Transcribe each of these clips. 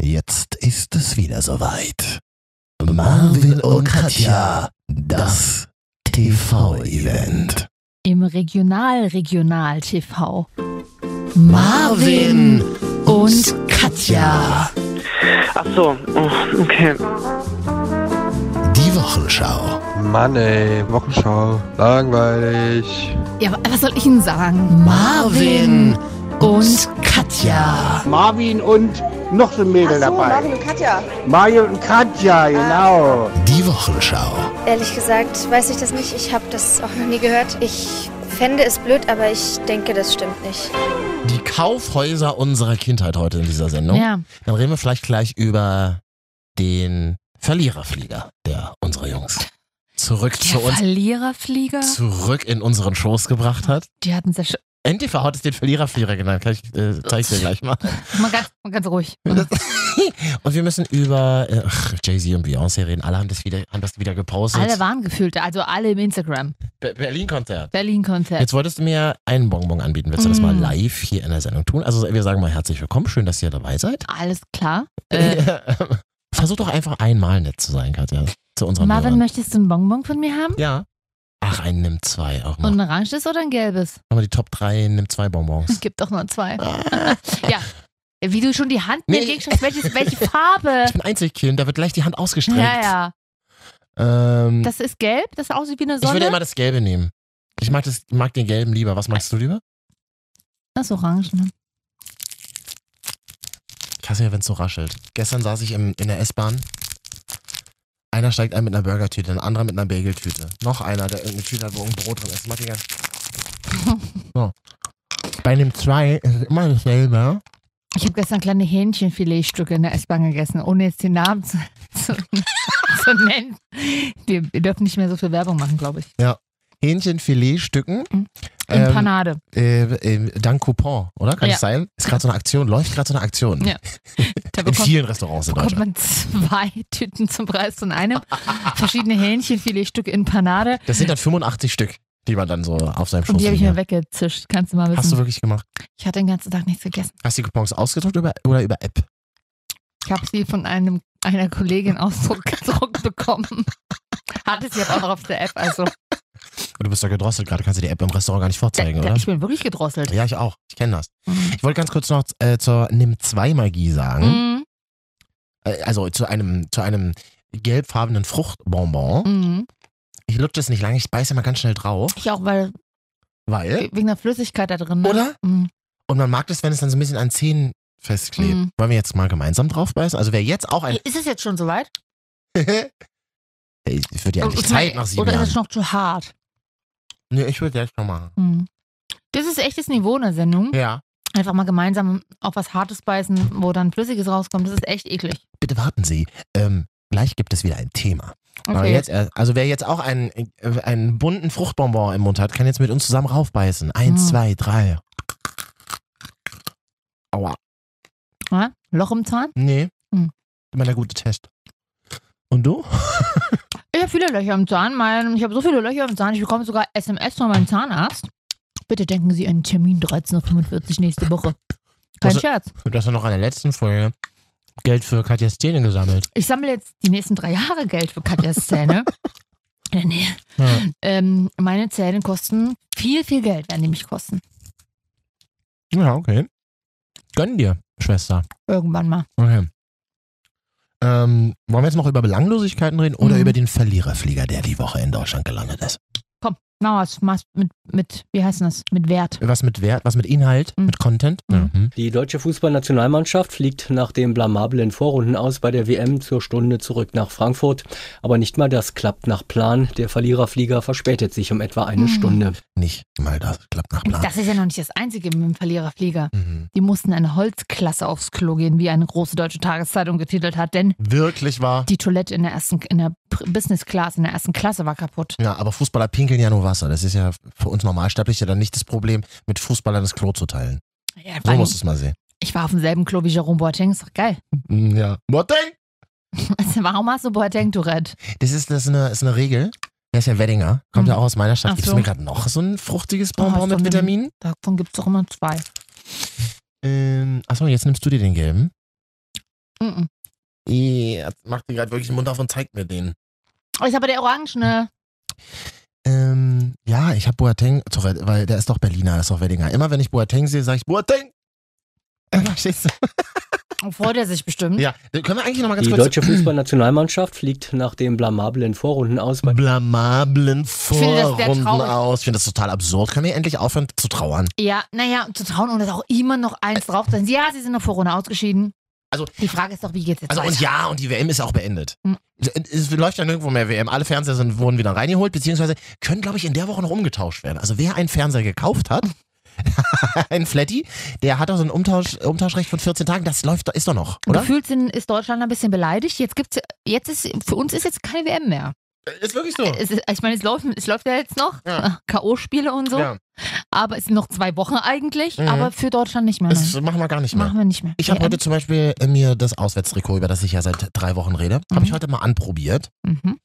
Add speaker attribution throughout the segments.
Speaker 1: Jetzt ist es wieder soweit. Marvin und Katja, das TV-Event.
Speaker 2: Im Regional-Regional-TV.
Speaker 1: Marvin und Katja.
Speaker 3: Ach Ah, so, oh, okay.
Speaker 1: Die Wochenschau.
Speaker 4: Mann ey, Wochenschau. Langweilig.
Speaker 2: Ja, wa- was soll ich Ihnen sagen?
Speaker 1: Marvin und Katja.
Speaker 5: Marvin und noch so ein Mädel
Speaker 6: Ach so,
Speaker 5: dabei.
Speaker 6: Marvin und Katja.
Speaker 5: Mario und Katja, genau.
Speaker 1: Die Wochenschau.
Speaker 7: Ehrlich gesagt weiß ich das nicht. Ich habe das auch noch nie gehört. Ich fände es blöd, aber ich denke, das stimmt nicht.
Speaker 8: Die Kaufhäuser unserer Kindheit heute in dieser Sendung.
Speaker 2: Ja,
Speaker 8: Dann reden wir vielleicht gleich über den Verliererflieger der unserer Jungs. Zurück zu
Speaker 2: der
Speaker 8: uns,
Speaker 2: Verliererflieger,
Speaker 8: zurück in unseren Schoß gebracht hat.
Speaker 2: die hatten sehr schön.
Speaker 8: NTV hat es den Verliererflieger genannt. Kann ich, äh, zeig ich dir gleich mal.
Speaker 2: Mal ganz, mal ganz ruhig.
Speaker 8: Und wir müssen über äh, ach, Jay-Z und Beyoncé reden. Alle haben das wieder, haben das wieder gepostet.
Speaker 2: Alle waren gefühlt, also alle im Instagram.
Speaker 8: Be Berlin-Konzert.
Speaker 2: Berlin-Konzert.
Speaker 8: Jetzt wolltest du mir einen Bonbon anbieten. Willst du das mal
Speaker 2: Mm.
Speaker 8: live hier in der Sendung tun? Also wir sagen mal herzlich willkommen. Schön, dass ihr dabei seid.
Speaker 2: Alles klar. Äh,
Speaker 8: Versuch doch einfach einmal nett zu sein, Katja. Zu unseren
Speaker 2: Marvin,
Speaker 8: Hörern.
Speaker 2: möchtest du einen Bonbon von mir haben?
Speaker 8: Ja. Ach, einen nimmt zwei. Auch mal.
Speaker 2: Und ein oranges oder ein gelbes?
Speaker 8: Aber die Top 3 nimmt zwei Bonbons.
Speaker 2: Es gibt doch nur zwei. ja. Wie du schon die Hand
Speaker 8: Ah. Nee.
Speaker 2: mir entgegenstreckst, welches, welche Farbe?
Speaker 8: Ich bin Einzelkind, da wird gleich die Hand ausgestreckt.
Speaker 2: Ja, ja.
Speaker 8: Ähm,
Speaker 2: Das ist gelb, das aussieht wie eine
Speaker 8: ich
Speaker 2: Sonne.
Speaker 8: würde immer das Gelbe nehmen. Ich mag, das, mag den Gelben lieber. Was magst du lieber?
Speaker 2: das ist orange, ne?
Speaker 8: Ich hasse ja, wenn es so raschelt. Gestern saß ich im, in der S-Bahn. Einer steigt ein mit einer Burgertüte, ein anderer mit einer Bageltüte. Noch einer, der irgendeine Tüte hat, wo irgendein Brot drin ist. Macht die ganz so. Bei dem 2 ist es immer dasselbe.
Speaker 2: Ich habe gestern kleine Hähnchenfiletstücke in der S-Bahn gegessen, ohne jetzt den Namen zu, zu, zu nennen. Wir dürfen nicht mehr so viel Werbung machen, glaube ich.
Speaker 8: Hähnchenfiletstücken.
Speaker 2: Mhm. In
Speaker 8: Ähm,
Speaker 2: Panade.
Speaker 8: äh, äh, dank Coupon, oder? Kann
Speaker 2: Ja.
Speaker 8: das sein? Ist gerade so eine Aktion, läuft gerade so eine Aktion.
Speaker 2: Ja. Da
Speaker 8: In
Speaker 2: bekommt,
Speaker 8: vielen Restaurants in
Speaker 2: bekommt
Speaker 8: Deutschland.
Speaker 2: man zwei Tüten zum Preis von einem. Verschiedene Hähnchenfiletstücke in Panade.
Speaker 8: Das sind dann 85 Stück, die man dann so auf seinem
Speaker 2: Und
Speaker 8: Schoß
Speaker 2: die habe ich
Speaker 8: liegen
Speaker 2: mir
Speaker 8: hat.
Speaker 2: weggezischt. Kannst du mal
Speaker 8: Hast du
Speaker 2: wissen.
Speaker 8: wirklich gemacht?
Speaker 2: Ich hatte den ganzen Tag nichts gegessen.
Speaker 8: Hast du die Coupons ausgedruckt über, oder über App?
Speaker 2: Ich habe sie von einem, einer Kollegin ausgedruckt bekommen. Hatte sie aber auch auf der App. Also,
Speaker 8: Und du bist doch gedrosselt gerade, kannst du die App im Restaurant gar nicht
Speaker 2: da,
Speaker 8: vorzeigen,
Speaker 2: da,
Speaker 8: oder?
Speaker 2: ich bin wirklich gedrosselt.
Speaker 8: Ja, ich auch. Ich kenne das.
Speaker 2: Mhm.
Speaker 8: Ich wollte ganz kurz noch äh, zur Nimm 2 Magie sagen.
Speaker 2: Mhm.
Speaker 8: Äh, also zu einem, zu einem gelbfarbenen Fruchtbonbon.
Speaker 2: Mhm.
Speaker 8: Ich lutsche es nicht lange, ich beiße mal ganz schnell drauf,
Speaker 2: Ich auch, weil
Speaker 8: weil.
Speaker 2: wegen der Flüssigkeit da drin. ne?
Speaker 8: Oder?
Speaker 2: Mhm.
Speaker 8: Und man mag das, wenn es dann so ein bisschen an Zähnen festklebt.
Speaker 2: Mhm.
Speaker 8: Wollen wir jetzt mal gemeinsam drauf beißen? Also wer jetzt auch ein.
Speaker 2: Ist es jetzt schon soweit?
Speaker 8: Ey, Es wird ja
Speaker 2: Und-
Speaker 8: endlich
Speaker 2: ich meine,
Speaker 8: Zeit nach sieben
Speaker 2: Oder ist
Speaker 8: Jahren.
Speaker 2: es noch zu hart?
Speaker 8: Nee, ich würde jetzt noch machen.
Speaker 2: Mhm. Das ist echtes Niveau in der Sendung.
Speaker 8: Ja.
Speaker 2: Einfach mal gemeinsam auf was Hartes beißen, wo dann Flüssiges rauskommt. Das ist echt eklig.
Speaker 8: Bitte warten Sie. Ähm, gleich gibt es wieder ein Thema. Aber jetzt, erst- also wer jetzt auch einen, äh, einen bunten Fruchtbonbon im Mund hat, kann jetzt mit uns zusammen raufbeißen. Eins,
Speaker 2: Mhm.
Speaker 8: zwei, drei. Aua.
Speaker 2: Ja? Loch im Zahn?
Speaker 8: Nee.
Speaker 2: Mhm.
Speaker 8: Immer der gute Test. Und du?
Speaker 2: Ich habe viele Löcher im Zahn. Mein, ich habe so viele Löcher im Zahn. Ich bekomme sogar SMS von meinem Zahnarzt. Bitte denken Sie an den Termin 13.45 Uhr nächste Woche. Kein
Speaker 8: Also-
Speaker 2: Scherz.
Speaker 8: Du hast ja noch an der letzten Folge Geld für Katjas Zähne gesammelt.
Speaker 2: Ich sammle jetzt die nächsten drei Jahre Geld für Katjas Zähne. In der Nähe.
Speaker 8: Ja.
Speaker 2: Ähm, meine Zähne kosten viel, viel Geld, werden die mich kosten.
Speaker 8: ja, okay. Gönn dir, Schwester.
Speaker 2: Irgendwann mal.
Speaker 8: Okay. Ähm, wollen wir jetzt noch über Belanglosigkeiten reden oder
Speaker 2: Mhm.
Speaker 8: über den Verliererflieger, der die Woche in Deutschland gelandet ist?
Speaker 2: Na, was machst mit, mit, wie heißt denn das? Mit Wert.
Speaker 8: Was mit Wert, was mit Inhalt,
Speaker 2: Mhm.
Speaker 8: mit Content?
Speaker 2: Mhm.
Speaker 8: Mhm.
Speaker 9: Die deutsche Fußballnationalmannschaft fliegt nach dem blamablen Vorrunden aus bei der WM zur Stunde zurück nach Frankfurt. Aber nicht mal das klappt nach Plan. Der Verliererflieger verspätet sich um etwa eine
Speaker 2: Hm.
Speaker 9: Stunde.
Speaker 8: Nicht mal das klappt nach Plan.
Speaker 2: Das ist ja noch nicht das Einzige mit dem Verliererflieger.
Speaker 8: Mhm.
Speaker 2: Die mussten eine Holzklasse aufs Klo gehen, wie eine große deutsche Tageszeitung getitelt hat, denn
Speaker 8: Wirklich wahr.
Speaker 2: die Toilette in der ersten, in der Pr- Business Class, in der ersten Klasse war kaputt.
Speaker 8: Ja, aber Fußballer pinkeln ja nur Wasser. Das ist ja für uns Normalsterbliche dann nicht das Problem, mit Fußballern das Klo zu teilen.
Speaker 2: Ja,
Speaker 8: So musst du es mal sehen.
Speaker 2: ich war auf demselben Klo wie Jerome Boateng, ist doch geil.
Speaker 8: Mm, Ja. Boateng!
Speaker 2: Also, warum hast du Boateng, Tourette?
Speaker 8: Das ist, das ist, eine, ist eine Regel. Der ist ja Weddinger. Kommt
Speaker 2: Mhm.
Speaker 8: ja auch aus meiner Stadt.
Speaker 2: Ach
Speaker 8: Gibt es
Speaker 2: so.
Speaker 8: mir gerade noch so ein fruchtiges Bonbon
Speaker 2: Oh, so
Speaker 8: mit
Speaker 2: ein-
Speaker 8: Vitaminen?
Speaker 2: Davon gibt es doch immer zwei.
Speaker 8: Ähm, achso, jetzt nimmst du dir den gelben.
Speaker 2: Mhm.
Speaker 8: I, er macht dir gerade wirklich den Mund auf und zeigt mir den.
Speaker 2: Ist aber der Orangene.
Speaker 8: Ähm, ja, ich habe Boateng, Tourette, weil der ist doch Berliner, ist doch Weddinger. Immer wenn ich Boateng sehe, sage ich Boateng. Äh, Verstehst du?
Speaker 2: Freut er sich bestimmt.
Speaker 8: Ja, können wir eigentlich nochmal ganz
Speaker 9: Die
Speaker 8: kurz...
Speaker 9: deutsche Fußballnationalmannschaft fliegt nach dem blamablen Vorrunden aus bei
Speaker 8: blamablen
Speaker 2: finde das sehr
Speaker 8: Vorrunden
Speaker 2: traurig.
Speaker 8: aus. Ich finde das total absurd. Können wir endlich aufhören zu trauern?
Speaker 2: Ja, naja, zu trauen und dass auch immer noch eins drauf sein. Ja, sie sind noch vor Corona ausgeschieden.
Speaker 8: Also-
Speaker 2: die Frage ist doch, wie geht's jetzt
Speaker 8: Also und
Speaker 2: weiter?
Speaker 8: ja, und die WM ist auch beendet.
Speaker 2: Hm.
Speaker 8: Es läuft ja nirgendwo mehr WM. Alle Fernseher sind, wurden wieder reingeholt, beziehungsweise können, glaube ich, in der Woche noch umgetauscht werden. Also wer einen Fernseher gekauft hat, ein Flatty, der hat doch so ein Umtausch, Umtauschrecht von 14 Tagen. Das läuft, ist doch noch, oder?
Speaker 2: Gefühlt sind, ist Deutschland ein bisschen beleidigt. Jetzt gibt's, jetzt ist, für uns ist jetzt keine WM mehr.
Speaker 8: Äh, Ist wirklich so.
Speaker 2: Es ist, ich meine, es läuft, es läuft ja jetzt noch.
Speaker 8: Ja.
Speaker 2: K.O.-Spiele und so.
Speaker 8: Ja.
Speaker 2: Aber es sind noch zwei Wochen eigentlich.
Speaker 8: Mhm.
Speaker 2: Aber für Deutschland nicht mehr.
Speaker 8: Das
Speaker 2: nein.
Speaker 8: machen wir gar nicht mehr.
Speaker 2: Machen wir nicht mehr.
Speaker 8: Ich habe
Speaker 2: WM.
Speaker 8: heute zum Beispiel äh, mir das Auswärtstrikot, über das ich ja seit drei Wochen rede, habe ich
Speaker 2: Mhm.
Speaker 8: heute mal anprobiert.
Speaker 2: Mhm.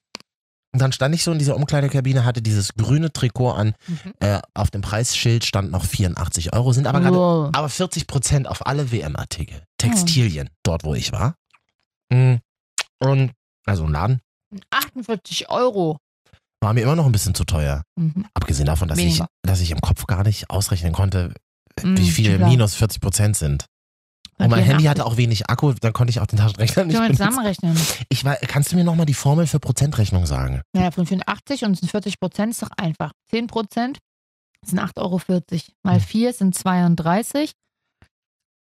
Speaker 8: Und dann stand ich so in dieser Umkleidekabine, hatte dieses grüne Trikot an.
Speaker 2: Mhm.
Speaker 8: Äh, auf dem Preisschild stand noch 84 Euro, sind aber gerade
Speaker 2: wow. Hm.
Speaker 8: aber 40 Prozent auf alle WM-Artikel. Textilien, dort wo ich war. Mm. Und also ein Laden
Speaker 2: 48 Euro.
Speaker 8: war mir immer noch ein bisschen zu teuer.
Speaker 2: Mhm.
Speaker 8: Abgesehen davon, dass ich,
Speaker 2: Weniger.
Speaker 8: dass ich im Kopf gar nicht ausrechnen konnte, äh,
Speaker 2: Mhm,
Speaker 8: wie viel
Speaker 2: klar.
Speaker 8: minus 40 Prozent sind.
Speaker 2: Bei
Speaker 8: Und mein Handy
Speaker 2: 84.
Speaker 8: hatte auch wenig Akku, dann konnte ich auch den Taschenrechner nicht
Speaker 2: Können wir
Speaker 8: benutzen.
Speaker 2: zusammenrechnen?
Speaker 8: Ich war, kannst du mir nochmal die Formel für Prozentrechnung sagen?
Speaker 2: Naja, von 84 und sind 40 Prozent ist doch einfach. 10 Prozent sind 8,40 Euro. Mal
Speaker 8: Mhm.
Speaker 2: 4 sind 32.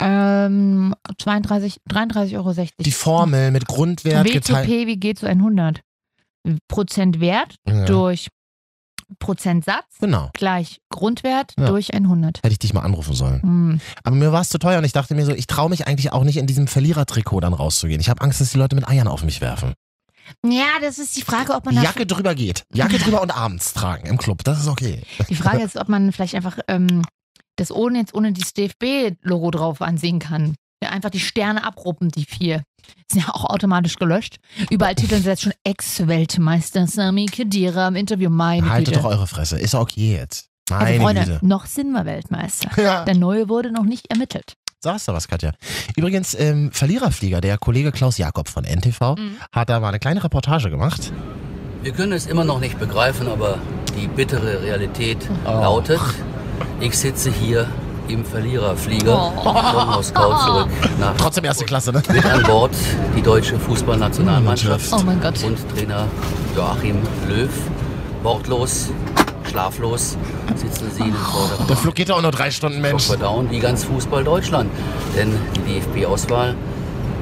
Speaker 2: Ähm, 32, 33,60 Euro.
Speaker 8: Die Formel mit Grundwert
Speaker 2: W zu
Speaker 8: geteilt.
Speaker 2: P wie G zu 100. Prozent Wert
Speaker 8: Ja,
Speaker 2: durch Prozentsatz
Speaker 8: genau.
Speaker 2: gleich Grundwert
Speaker 8: Ja.
Speaker 2: durch 100.
Speaker 8: Hätte ich dich mal anrufen sollen.
Speaker 2: Hm.
Speaker 8: Aber mir war es zu teuer und ich dachte mir so, ich traue mich eigentlich auch nicht in diesem Verlierertrikot dann rauszugehen. Ich habe Angst, dass die Leute mit Eiern auf mich werfen.
Speaker 2: Ja, das ist die Frage, ob man das
Speaker 8: Jacke drüber geht. Jacke drüber und abends tragen im Club. Das ist okay.
Speaker 2: Die Frage ist, ob man vielleicht einfach ähm, das ohne jetzt ohne dieses DFB-Logo drauf ansehen kann. Ja, Einfach die Sterne abruppen, die vier. Sind ja auch automatisch gelöscht. Überall titeln sie jetzt schon Ex-Weltmeister Sami Khedira im Interview. Meine
Speaker 8: Haltet
Speaker 2: Güte.
Speaker 8: doch eure Fresse. Ist okay jetzt.
Speaker 2: also
Speaker 8: Meine
Speaker 2: Freunde,
Speaker 8: Güte.
Speaker 2: noch sind wir Weltmeister.
Speaker 8: Ja,
Speaker 2: Der Neue wurde noch nicht ermittelt.
Speaker 8: sagst du was, Katja. Übrigens, ähm, Verliererflieger, der Kollege Klaus Jakob von NTV,
Speaker 2: Mhm.
Speaker 8: hat da mal eine kleine Reportage gemacht.
Speaker 6: Wir können es immer noch nicht begreifen, aber die bittere Realität
Speaker 2: Oh.
Speaker 6: lautet, ich sitze hier im Verliererflieger
Speaker 2: Oh.
Speaker 6: von Moskau zurück nach
Speaker 8: Trotzdem erste Klasse, ne?
Speaker 6: mit an Bord die deutsche Fußballnationalmannschaft
Speaker 2: Oh mein Gott.
Speaker 6: und Trainer Joachim Löw. Wortlos, schlaflos sitzen sie in den
Speaker 8: Der
Speaker 6: Vordergrund
Speaker 8: Flug geht doch nur drei Stunden, Mensch.
Speaker 6: verdauen wie ganz Fußball Deutschland. Denn die DFB-Auswahl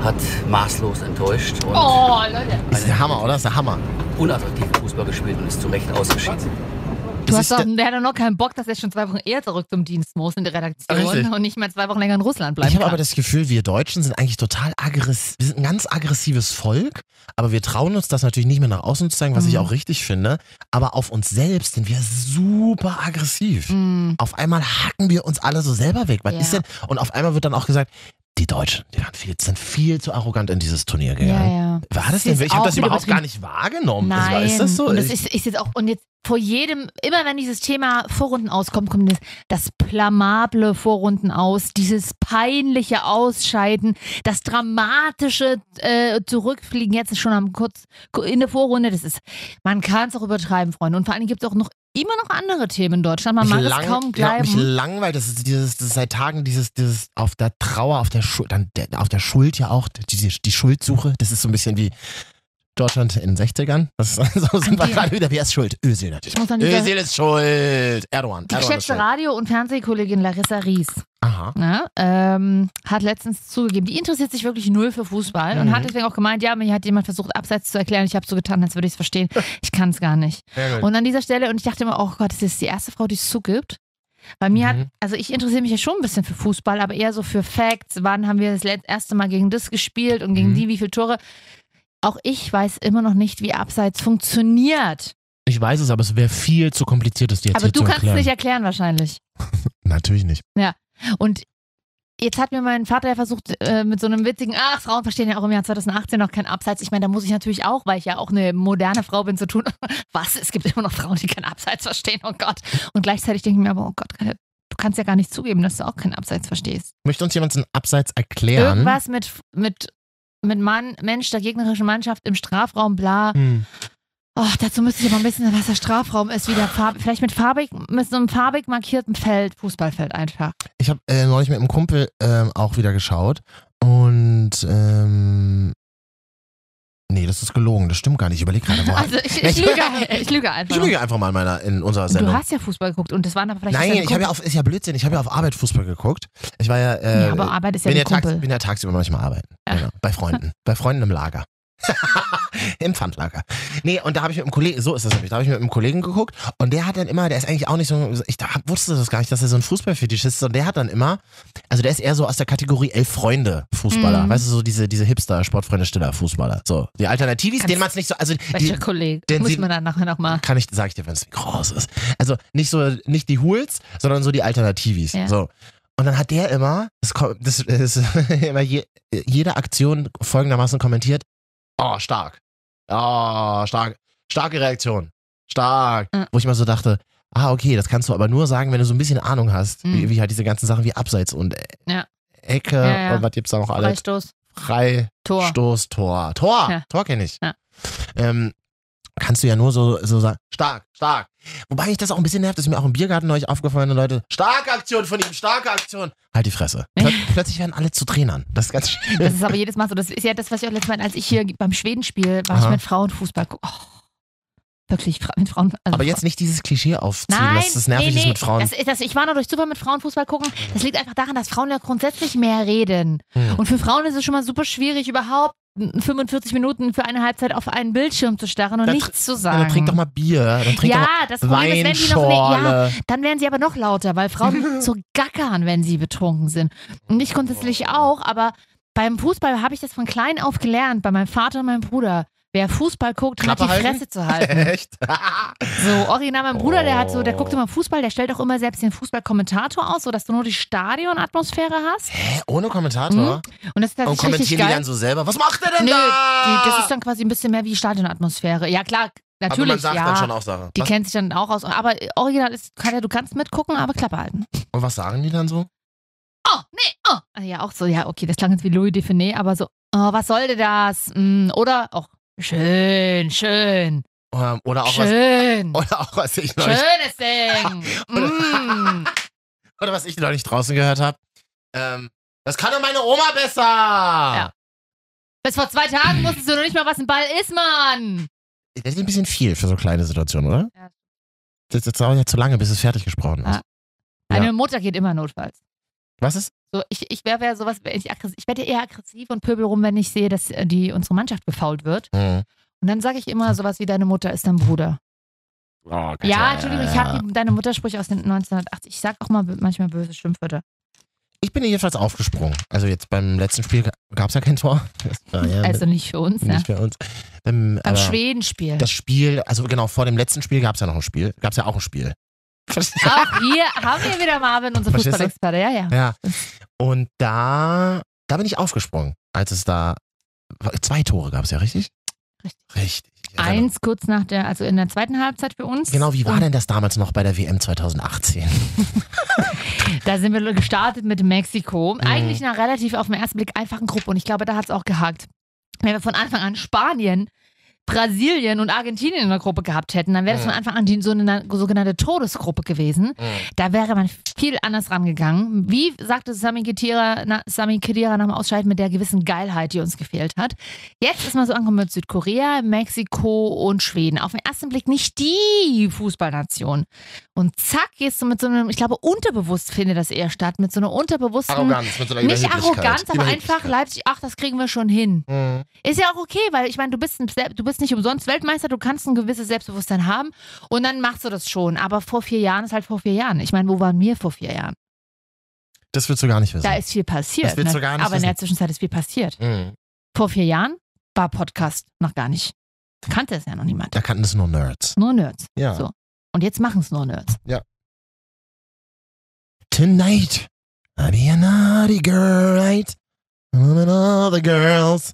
Speaker 6: hat maßlos enttäuscht und
Speaker 2: Oh, Leute.
Speaker 8: Ist der Hammer, oder? Ist der Hammer.
Speaker 6: unattraktiven Fußball gespielt und ist zu Recht ausgeschieden.
Speaker 2: Du
Speaker 8: Das
Speaker 2: hast
Speaker 8: ist
Speaker 2: doch,
Speaker 8: der-
Speaker 2: der hat doch noch keinen Bock, dass er schon zwei Wochen eher zurück zum Dienst muss in der Redaktion
Speaker 8: Richtig.
Speaker 2: und nicht mal zwei Wochen länger in Russland bleiben
Speaker 8: Ich habe
Speaker 2: kann.
Speaker 8: aber das Gefühl, wir Deutschen sind eigentlich total aggressiv. Wir sind ein ganz aggressives Volk, aber wir trauen uns das natürlich nicht mehr nach außen zu zeigen, was ich
Speaker 2: Mhm.
Speaker 8: auch richtig finde. Aber auf uns selbst sind wir super aggressiv.
Speaker 2: Hm.
Speaker 8: Auf einmal hacken wir uns alle so selber weg. Was
Speaker 2: Ja.
Speaker 8: ist denn? Und auf einmal wird dann auch gesagt, die Deutschen, die waren viel, sind viel zu arrogant in dieses Turnier
Speaker 2: ja,
Speaker 8: gegangen.
Speaker 2: ja.
Speaker 8: War das
Speaker 2: Sie
Speaker 8: denn?
Speaker 2: ist
Speaker 8: Ich habe
Speaker 2: auch
Speaker 8: das
Speaker 2: wieder
Speaker 8: überhaupt
Speaker 2: betrieben.
Speaker 8: gar nicht wahrgenommen. Um Das war-
Speaker 2: Nein.
Speaker 8: Ist das so?
Speaker 2: Und das
Speaker 8: Ich-
Speaker 2: ist, ist jetzt auch, und jetzt vor jedem, immer wenn dieses Thema Vorrunden auskommt, kommt das, das blamable Vorrunden aus, dieses peinliche Ausscheiden, das dramatische äh, Zurückfliegen jetzt schon am kurz in der Vorrunde. Das ist, man kann es auch übertreiben, Freunde. Und vor allem gibt es auch noch immer noch andere Themen in Deutschland. Man mag
Speaker 8: mich
Speaker 2: es kaum
Speaker 8: ja, mich
Speaker 2: bleiben.
Speaker 8: langweilt, das ist dieses, das ist seit Tagen dieses, dieses auf der Trauer, auf der Schuld, dann der, auf der Schuld ja auch, die, die Schuldsuche, das ist so ein bisschen wie Deutschland in den 60ern. Das, so sind wir
Speaker 2: die-
Speaker 8: gerade wieder, wer ist schuld? Özil natürlich.
Speaker 2: Ich muss an dieser-
Speaker 8: Özil ist schuld. Erdogan.
Speaker 2: Die
Speaker 8: Erdogan ist
Speaker 2: geschätzte
Speaker 8: schuld.
Speaker 2: Radio- und Fernsehkollegin Larissa Ries
Speaker 8: Aha.
Speaker 2: ne, ähm, hat letztens zugegeben, die interessiert sich wirklich null für Fußball und
Speaker 8: Mhm.
Speaker 2: hat deswegen auch gemeint, ja, mir hat jemand versucht, abseits zu erklären. Ich habe so getan, als würde ich es verstehen. Ich kann es gar nicht. Und an dieser Stelle, und ich dachte immer, oh Gott, das ist die erste Frau, die es zugibt. Bei mir hat,
Speaker 8: Mhm.
Speaker 2: also ich interessiere mich ja schon ein bisschen für Fußball, aber eher so für Facts. Wann haben wir das let- erste Mal gegen das gespielt und gegen
Speaker 8: Mhm.
Speaker 2: die, wie viele Tore? Auch ich weiß immer noch nicht, wie Abseits funktioniert.
Speaker 8: Ich weiß es, aber es wäre viel zu kompliziert, das dir jetzt
Speaker 2: aber
Speaker 8: hier
Speaker 2: du
Speaker 8: zu
Speaker 2: kannst es
Speaker 8: erklären.
Speaker 2: nicht erklären wahrscheinlich.
Speaker 8: Natürlich nicht.
Speaker 2: Und jetzt hat mir mein Vater ja versucht, äh, mit so einem witzigen, ach, Frauen verstehen ja auch im Jahr 2018 noch keinen Abseits. Ich meine, da muss ich natürlich auch, weil ich ja auch eine moderne Frau bin, zu tun. Was? Es gibt immer noch Frauen, die keinen Abseits verstehen, oh Gott. Und gleichzeitig denke ich mir aber, oh Gott, Katja, du kannst ja gar nicht zugeben, dass du auch keinen Abseits verstehst.
Speaker 8: Möchte uns jemand einen Abseits erklären?
Speaker 2: Irgendwas mit, mit mit Mann, Mensch der gegnerischen Mannschaft im Strafraum, bla.
Speaker 8: Hm.
Speaker 2: Oh, dazu müsste ich aber wissen, was der Strafraum ist, wie der Farb, vielleicht mit farbig, mit so einem farbig markierten Feld, Fußballfeld einfach.
Speaker 8: Ich habe äh, neulich mit einem Kumpel ähm, auch wieder geschaut und ähm, nee, das ist gelogen, das stimmt gar nicht. Ich überlege gerade, woher.
Speaker 2: Also ich, ich lüge, ich lüge einfach.
Speaker 8: ich lüge einfach mal in meiner in unserer
Speaker 2: Du
Speaker 8: Sendung.
Speaker 2: hast ja Fußball geguckt und das waren aber vielleicht.
Speaker 8: Nein,
Speaker 2: deine
Speaker 8: ich habe
Speaker 2: Kumpel-
Speaker 8: ja auf ist ja Blödsinn, ich habe ja auf Arbeit Fußball geguckt. Ich war ja, äh,
Speaker 2: ja, aber Arbeit ist ja
Speaker 8: bin,
Speaker 2: die
Speaker 8: ja tags,
Speaker 2: Kumpel.
Speaker 8: bin ja tagsüber manchmal arbeiten.
Speaker 2: Ja.
Speaker 8: Genau. Bei Freunden. Bei Freunden im Lager. Im Pfandlager. Nee, und da habe ich mit einem Kollegen, so ist das nämlich, da habe ich mit einem Kollegen geguckt und der hat dann immer, der ist eigentlich auch nicht so, ich da- wusste das gar nicht, dass er so ein Fußballfetisch ist und der hat dann immer, also der ist eher so aus der Kategorie elf Freunde Fußballer,
Speaker 2: Mhm.
Speaker 8: weißt du, so diese, diese Hipster, Sportfreunde, Stiller Fußballer. So, die Alternativis,
Speaker 2: Ganz-
Speaker 8: denen man es nicht so, also die,
Speaker 2: Welcher Kollege?
Speaker 8: denn
Speaker 2: Muss
Speaker 8: sie-
Speaker 2: man dann nachher nochmal.
Speaker 8: kann ich, sag ich dir, wenn es groß ist. Also nicht so, nicht die Hools, sondern so die Alternativis.
Speaker 2: Ja.
Speaker 8: So. Und dann hat der immer, das, ko- das ist immer je, jede Aktion folgendermaßen kommentiert: Oh, stark. Oh, stark. Starke Reaktion. Stark.
Speaker 2: Ja.
Speaker 8: Wo ich immer so dachte, ah, okay, das kannst du aber nur sagen, wenn du so ein bisschen Ahnung hast,
Speaker 2: Mhm.
Speaker 8: wie, wie halt diese ganzen Sachen wie Abseits und E-
Speaker 2: Ja.
Speaker 8: Ecke
Speaker 2: Ja, ja.
Speaker 8: und was gibt's da noch alles?
Speaker 2: Freistoß,
Speaker 8: Frei.
Speaker 2: Tor.
Speaker 8: Stoß, Tor. Tor,
Speaker 2: Ja.
Speaker 8: Tor kenne ich.
Speaker 2: Ja.
Speaker 8: Ähm, kannst du ja nur so, so sagen, stark, stark. Wobei ich das auch ein bisschen nervt, ist mir auch im Biergarten neulich aufgefallen, und Leute, starke Aktion von ihm, starke Aktion. Halt die Fresse. Plö plötzlich werden alle zu Trainern. Das ist ganz schön.
Speaker 2: Das ist aber jedes Mal so. Das ist ja das, was ich auch letztes Mal, als ich hier beim Schwedenspiel war,
Speaker 8: Aha.
Speaker 2: ich mit Frauenfußball. gu- Oh, wirklich, Fra- mit Frauen. Also
Speaker 8: Aber jetzt nicht dieses Klischee aufziehen,
Speaker 2: Nein,
Speaker 8: dass das nervig
Speaker 2: nee,
Speaker 8: ist
Speaker 2: nee.
Speaker 8: mit Frauen.
Speaker 2: Das, ist- das, ich war noch durch Super mit Frauenfußball gucken. Das liegt einfach daran, dass Frauen ja grundsätzlich mehr reden.
Speaker 8: Hm.
Speaker 2: Und für Frauen ist es schon mal super schwierig, überhaupt 45 Minuten für eine Halbzeit auf einen Bildschirm zu starren und
Speaker 8: Dann
Speaker 2: nichts zu
Speaker 8: ja,
Speaker 2: sagen.
Speaker 8: dann äh, trink doch mal Bier, dann trink
Speaker 2: ja,
Speaker 8: doch
Speaker 2: das
Speaker 8: mal
Speaker 2: Problem ist, wenn die noch ne- ja,
Speaker 8: Weinschorle.
Speaker 2: dann werden sie aber noch lauter, weil Frauen so gackern, wenn sie betrunken sind. Und ich grundsätzlich auch, aber beim Fußball habe ich das von klein auf gelernt, bei meinem Vater und meinem Bruder. Wer Fußball guckt, hat
Speaker 8: Klappe
Speaker 2: die
Speaker 8: halten?
Speaker 2: Fresse zu halten.
Speaker 8: Echt?
Speaker 2: So, original, mein Bruder, der hat so, der
Speaker 8: Oh.
Speaker 2: guckt immer Fußball, der stellt auch immer selbst den Fußballkommentator aus, sodass du nur die Stadionatmosphäre hast.
Speaker 8: Hä? Ohne Kommentator?
Speaker 2: Und Hm? das ist
Speaker 8: Und
Speaker 2: tatsächlich richtig
Speaker 8: kommentieren die
Speaker 2: geil.
Speaker 8: dann so selber. Was macht er denn
Speaker 2: Nö,
Speaker 8: da?
Speaker 2: die, das ist dann quasi ein bisschen mehr wie Stadionatmosphäre. Ja, klar, natürlich.
Speaker 8: Aber man sagt
Speaker 2: ja.
Speaker 8: dann schon auch Sachen.
Speaker 2: die
Speaker 8: Was-
Speaker 2: kennt sich dann auch aus. Aber original ist, Katja, du kannst mitgucken, aber Klappe halten.
Speaker 8: Und was sagen die dann so?
Speaker 2: Oh, nee, oh. Ah, Ja, auch so, ja, okay, das klang jetzt wie Louis Define, aber so, oh, was sollte das? Mm, Oder auch, schön, schön,
Speaker 8: Ähm, Oder auch was Oh,
Speaker 2: schön.
Speaker 8: Oder auch was ich noch nicht,
Speaker 2: Schönes Ding. mm.
Speaker 8: oder was ich noch nicht draußen gehört habe. Ähm, das kann doch meine Oma besser. Ja.
Speaker 2: Bis vor zwei Tagen wusstest du noch nicht mal, was ein Ball ist, Mann.
Speaker 8: Das ist ein bisschen viel für so kleine Situationen, oder?
Speaker 2: Ja.
Speaker 8: Das, das dauert ja zu lange, bis es fertig gesprochen ist.
Speaker 2: Ah. Meine
Speaker 8: Ja.
Speaker 2: Mutter geht immer notfalls.
Speaker 8: Was ist?
Speaker 2: So, ich ich wäre wär sowas, wenn ich, aggressiv, ich werde eher aggressiv und pöbel rum, wenn ich sehe, dass äh, die unsere Mannschaft befault wird.
Speaker 8: Hm.
Speaker 2: Und dann sage ich immer sowas wie, deine Mutter ist dein Bruder.
Speaker 8: Oh,
Speaker 2: ja, Entschuldigung, ich habe die- deine Muttersprüche aus den 1980. Ich sag auch mal manchmal böse Schimpfwörter.
Speaker 8: Ich bin jedenfalls aufgesprungen. Also jetzt beim letzten Spiel gab es ja kein Tor. Das war ja
Speaker 2: Also nicht für uns, ne?
Speaker 8: nicht für uns. Ähm,
Speaker 2: Beim
Speaker 8: aber
Speaker 2: Schwedenspiel.
Speaker 8: das Spiel, also genau, vor dem letzten Spiel gab es ja noch ein Spiel. Gab es ja auch ein Spiel.
Speaker 2: Auch hier haben wir wieder Marvin, unser
Speaker 8: Verstehst du?
Speaker 2: Fußballexperte. Ja, ja.
Speaker 8: Ja. Und da, da bin ich aufgesprungen, als es da zwei Tore gab es ja, richtig?
Speaker 2: Richtig.
Speaker 8: Richtig. Ja, genau.
Speaker 2: Eins kurz nach der, also in der zweiten Halbzeit für uns.
Speaker 8: Genau, wie war denn das damals noch bei der WM 2018?
Speaker 2: Da sind wir gestartet mit Mexiko.
Speaker 8: Mhm.
Speaker 2: Eigentlich nach relativ auf den ersten Blick einfachen Gruppe und ich glaube, da hat es auch gehakt. Wenn wir von Anfang an Spanien, Brasilien und Argentinien in der Gruppe gehabt hätten, dann wäre das
Speaker 8: Mhm.
Speaker 2: von Anfang an die sogenan- sogenannte Todesgruppe gewesen. Da wäre man viel anders rangegangen. Wie sagte Sami Khedira, na, Sami Khedira nach dem Ausscheiden mit der gewissen Geilheit, die uns gefehlt hat. Jetzt ist man so angekommen mit Südkorea, Mexiko und Schweden. Auf den ersten Blick nicht die Fußballnation. Und zack, gehst du mit so einem, ich glaube, unterbewusst findet das eher statt, mit so einer unterbewussten,
Speaker 8: mit so
Speaker 2: nicht Arroganz, aber einfach Leipzig, ach, das kriegen wir schon hin.
Speaker 8: Mhm.
Speaker 2: Ist ja auch okay, weil ich meine, du bist, ein, Sel- du bist nicht umsonst Weltmeister, du kannst ein gewisses Selbstbewusstsein haben und dann machst du das schon. Aber vor vier Jahren ist halt vor vier Jahren. Ich meine, wo waren wir vor vier Jahren?
Speaker 8: Das willst du gar nicht wissen.
Speaker 2: Da ist viel passiert. ne?
Speaker 8: Das willst du gar nicht
Speaker 2: aber in der
Speaker 8: wissen.
Speaker 2: Zwischenzeit ist viel passiert.
Speaker 8: Mhm.
Speaker 2: Vor vier Jahren war Podcast noch gar nicht. Kannte es ja noch niemand.
Speaker 8: Da kannten es nur Nerds.
Speaker 2: Nur Nerds.
Speaker 8: Ja.
Speaker 2: So. Und jetzt machen es nur Nerds.
Speaker 8: Tonight, I'll be a naughty girl, right? I'm with all the girls.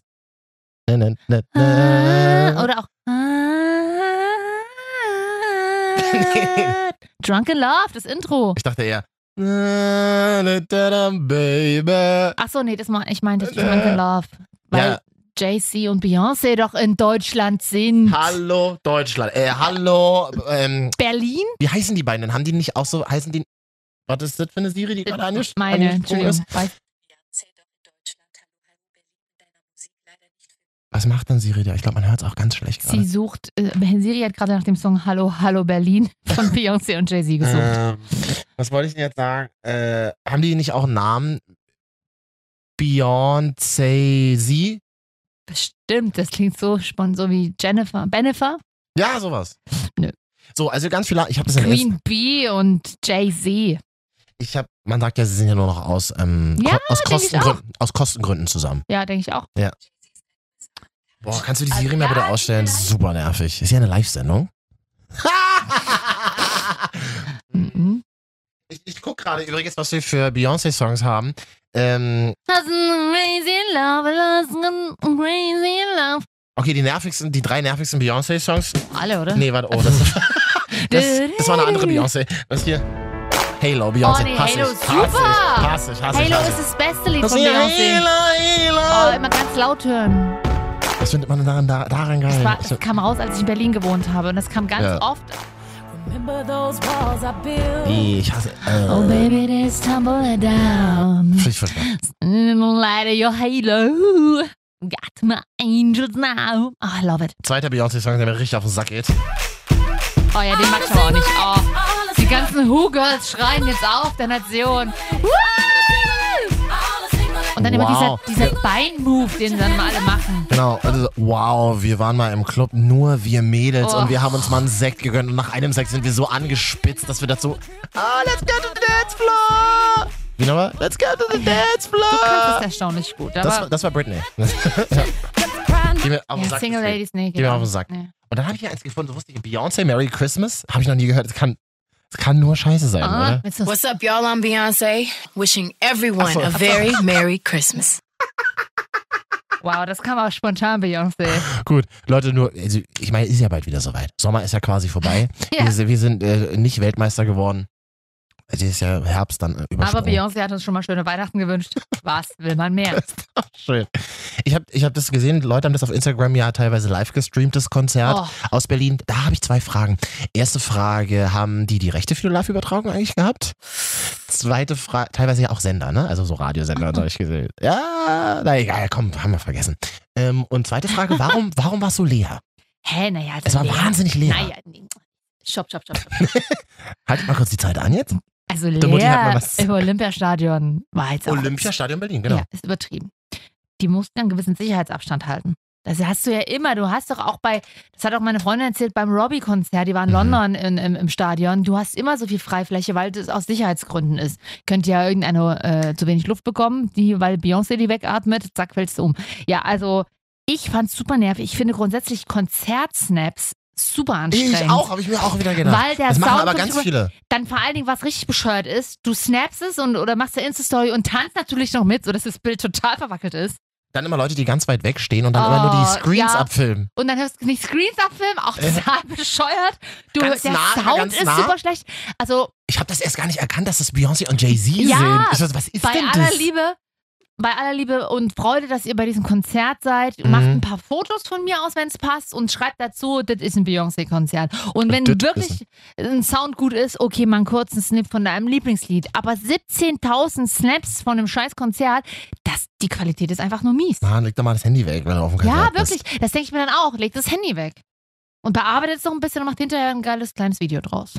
Speaker 8: Na, na, na, na.
Speaker 2: Ah, Oder auch Drunken Love, das Intro.
Speaker 8: Ich dachte eher. na, na, da, da, Baby.
Speaker 2: Achso, nee, das mein, ich meinte Drunken Love. Weil
Speaker 8: Äh, Ja.
Speaker 2: Jay-Z und Beyoncé doch in Deutschland sind.
Speaker 8: Hallo Deutschland. Äh, hallo, ähm,
Speaker 2: Berlin?
Speaker 8: wie heißen die beiden? denn? Haben die nicht auch so, heißen die, was ist das für eine Siri, die gerade anges-
Speaker 2: Meine,
Speaker 8: angesprungen ist?
Speaker 2: Entschuldigung. Weiß-
Speaker 8: Was macht denn Siri da? Ich glaube, man hört es auch ganz schlecht
Speaker 2: Sie
Speaker 8: gerade.
Speaker 2: sucht, äh, Siri hat gerade nach dem Song Hallo, Hallo Berlin von Beyoncé und Jay-Z
Speaker 8: Äh.
Speaker 2: gesucht.
Speaker 4: Ähm,
Speaker 8: Was wollte ich denn jetzt sagen? Äh, haben die nicht auch einen Namen? Beyoncé Z?
Speaker 2: Bestimmt, das klingt so spannend, so wie Jennifer, Bennifer,
Speaker 8: Ja, sowas.
Speaker 2: Nö.
Speaker 8: So, also ganz viele, ich habe das in der
Speaker 2: Queen Bee und Jay-Z.
Speaker 8: Ich habe, man sagt ja, sie sind ja nur noch aus, ähm,
Speaker 2: Ja,
Speaker 8: Ko- aus,
Speaker 2: denk ich
Speaker 8: Kostengründen, aus Kostengründen zusammen.
Speaker 2: Ja, denke ich auch.
Speaker 8: Boah, kannst du die Siri mal bitte ausstellen? Das ist super nervig. Ist ja eine Live-Sendung.
Speaker 2: Mhm.
Speaker 8: ich ich gucke gerade übrigens, was wir für Beyoncé-Songs haben. Ähm,
Speaker 2: Lassen crazy love, lassen crazy love.
Speaker 8: okay, die nervigsten, die drei nervigsten Beyoncé-Songs.
Speaker 2: Alle, oder?
Speaker 8: Nee, warte, oh, das, das, das war eine andere Beyoncé. Das hier. Halo, Beyoncé.
Speaker 2: Oh, nee,
Speaker 8: hasse
Speaker 2: Halo,
Speaker 8: ich,
Speaker 2: super.
Speaker 8: Hasse ich, hasse ich, hasse ich,
Speaker 2: Halo
Speaker 8: hasse also
Speaker 2: ist
Speaker 8: ich.
Speaker 2: das beste Lied
Speaker 8: Das
Speaker 2: von
Speaker 8: hier,
Speaker 2: Beyoncé.
Speaker 8: Halo,
Speaker 2: Oh,
Speaker 8: Halo.
Speaker 2: immer ganz laut hören.
Speaker 8: Was findet man denn daran, da- daran geil?
Speaker 2: Das, war, das kam raus, als ich in Berlin gewohnt habe. Und das kam ganz
Speaker 8: Ja.
Speaker 2: oft.
Speaker 8: Nee, ich hasse. Äh,
Speaker 2: Oh, baby, this tumble down. Mm,
Speaker 8: Ich verstehe.
Speaker 2: In the light of your halo. Got my angels now. Oh, I love it.
Speaker 8: Zweiter Beyoncé-Song, der mir richtig auf den Sack geht.
Speaker 2: Oh ja, den mag ich aber auch nicht. Oh, die ganzen Who-Girls schreien jetzt auf der Nation. Und dann immer
Speaker 8: Wow.
Speaker 2: dieser, dieser Bein-Move, den dann immer alle machen.
Speaker 8: Genau, also, wow, wir waren mal im Club, nur wir Mädels
Speaker 2: Oh.
Speaker 8: und wir haben uns mal einen Sekt gegönnt und nach einem Sekt sind wir so angespitzt, dass wir dazu. Ah, let's go to the dance floor! Wie nochmal? Let's go to the dance
Speaker 2: Du kannst es
Speaker 8: floor!
Speaker 2: erstaunlich gut.
Speaker 8: Das, war-
Speaker 2: Aber
Speaker 8: das war Britney. ja. Die mir auf den
Speaker 2: ja,
Speaker 8: Sack
Speaker 2: Single
Speaker 8: geht.
Speaker 2: Ladies, nee. genau.
Speaker 8: Geh mir auf den Sack.
Speaker 2: Nee.
Speaker 8: Und dann habe ich hier eins gefunden, so wusste ich, Beyoncé, Merry Christmas. Habe ich noch nie gehört. Es kann, es kann nur Scheiße sein,
Speaker 2: Ah,
Speaker 8: oder?
Speaker 2: willst du-
Speaker 10: What's up, y'all? I'm Beyonce, wishing everyone
Speaker 8: Ach so.
Speaker 10: a very Merry Christmas.
Speaker 2: wow, das kam aber spontan, Beyoncé.
Speaker 8: Gut, Leute, nur, also, ich meine, ist ja bald wieder soweit. Sommer ist ja quasi vorbei.
Speaker 2: Ja.
Speaker 8: wir, sind- wir sind äh, nicht Weltmeister geworden. Also, Es ist ja Herbst dann äh,
Speaker 2: Aber
Speaker 8: übersprungen.
Speaker 2: Beyoncé hat uns schon mal schöne Weihnachten gewünscht. Was will man mehr?
Speaker 8: Schön. Ich habe ich hab das gesehen, Leute haben das auf Instagram ja teilweise live gestreamtes Konzert
Speaker 2: Oh,
Speaker 8: aus Berlin. Da habe ich zwei Fragen. Erste Frage, haben die die Rechte für die Live-Übertragung eigentlich gehabt? Zweite Frage, teilweise ja auch Sender, ne? Also so Radiosender habe ich gesehen. Ja, na egal, komm, haben wir vergessen. Ähm, und zweite Frage, warum, warum war es so leer?
Speaker 2: hä, also naja.
Speaker 8: Es war wahnsinnig leer.
Speaker 2: Naja, nee. Stopp, stopp, stopp. stopp.
Speaker 8: Haltet Halt mal kurz die Zeit an jetzt.
Speaker 2: Also
Speaker 8: Mutti hat halt mal
Speaker 2: leer
Speaker 8: was.
Speaker 2: im Olympiastadion war jetzt auch.
Speaker 8: Olympiastadion Berlin, genau.
Speaker 2: Ja, ist übertrieben. Die mussten einen gewissen Sicherheitsabstand halten. Das hast du ja immer. Du hast doch auch bei, das hat auch meine Freundin erzählt, beim Robbie-Konzert, die war in
Speaker 8: Mhm.
Speaker 2: London in, im, im Stadion. Du hast immer so viel Freifläche, weil das aus Sicherheitsgründen ist. Könnt ja irgendeine äh, zu wenig Luft bekommen, die, weil Beyoncé die wegatmet, zack, fällst du um. Ja, also ich fand's super nervig. Ich finde grundsätzlich Konzertsnaps super anstrengend.
Speaker 8: Ich auch, habe ich mir auch wieder gedacht.
Speaker 2: Weil der
Speaker 8: das machen
Speaker 2: Sound
Speaker 8: aber
Speaker 2: kommt
Speaker 8: ganz
Speaker 2: über-
Speaker 8: viele.
Speaker 2: dann vor allen Dingen, was richtig bescheuert ist, du snaps es und, oder machst eine Insta-Story und tanzt natürlich noch mit, sodass das Bild total verwackelt ist.
Speaker 8: Dann immer Leute, die ganz weit weg stehen und dann immer nur
Speaker 2: Oh,
Speaker 8: die Screens
Speaker 2: ja.
Speaker 8: abfilmen.
Speaker 2: Und dann hörst du nicht Screens abfilmen, auch
Speaker 8: Äh.
Speaker 2: total bescheuert. Du,
Speaker 8: Ganz
Speaker 2: der
Speaker 8: nah,
Speaker 2: Sound
Speaker 8: ganz
Speaker 2: ist
Speaker 8: nah.
Speaker 2: super schlecht. Also
Speaker 8: Ich habe das erst gar nicht erkannt, dass es Beyoncé und Jay-Z
Speaker 2: Ja,
Speaker 8: sind. Ich so, was ist
Speaker 2: bei
Speaker 8: denn
Speaker 2: aller
Speaker 8: das?
Speaker 2: Liebe, bei aller Liebe und Freude, dass ihr bei diesem Konzert seid,
Speaker 8: Mhm.
Speaker 2: macht ein paar Fotos von mir aus, wenn es passt und schreibt dazu, das ist ein Beyoncé-Konzert. Und wenn
Speaker 8: Das
Speaker 2: wirklich ein Sound gut ist, okay, mal einen kurzen Snip von deinem Lieblingslied. Aber 17.000 Snaps von einem scheiß Konzert, das, die Qualität ist einfach nur mies.
Speaker 8: Mann, leg doch mal das Handy weg, wenn du auf dem
Speaker 2: Ja,
Speaker 8: Konzert
Speaker 2: wirklich. Das denke ich mir dann auch. Legt das Handy weg. Und bearbeitet es noch ein bisschen und macht hinterher ein geiles kleines Video draus.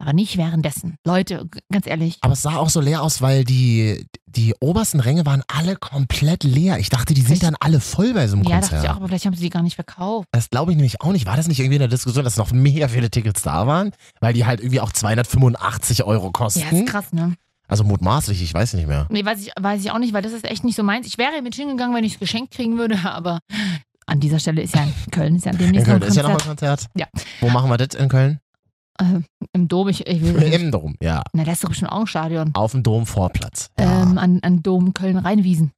Speaker 2: Aber nicht währenddessen. Leute, g- ganz ehrlich.
Speaker 8: Aber es sah auch so leer aus, weil die, die obersten Ränge waren alle komplett leer. Ich dachte, die sind
Speaker 2: Echt?
Speaker 8: dann alle voll bei so einem
Speaker 2: Ja, dachte
Speaker 8: Konzert.
Speaker 2: ich auch, aber vielleicht haben sie die gar nicht verkauft.
Speaker 8: Das glaube ich nämlich auch nicht. War das nicht irgendwie in der Diskussion, dass noch mega viele Tickets da waren? Weil die halt irgendwie auch 285 Euro
Speaker 2: Ja, ist
Speaker 8: kosten.
Speaker 2: krass, ne?
Speaker 8: also mutmaßlich, ich weiß nicht mehr.
Speaker 2: Nee, weiß ich, weiß ich auch nicht, weil das ist echt nicht so meins. Ich wäre mit hingegangen, wenn ich es geschenkt kriegen würde, aber an dieser Stelle ist ja Köln ist ja
Speaker 8: In
Speaker 2: demnächst noch
Speaker 8: Köln
Speaker 2: ein
Speaker 8: ist ja noch ein
Speaker 2: Konzert.
Speaker 8: Konzert.
Speaker 2: Ja.
Speaker 8: Wo machen wir das in Köln?
Speaker 2: Im Dom, ich, ich will nicht.
Speaker 8: Im Dom, ja.
Speaker 2: Na, das ist doch bestimmt auch ein Stadion.
Speaker 8: Auf dem Domvorplatz.
Speaker 2: Ähm, an, an Dom Köln-Rheinwiesen.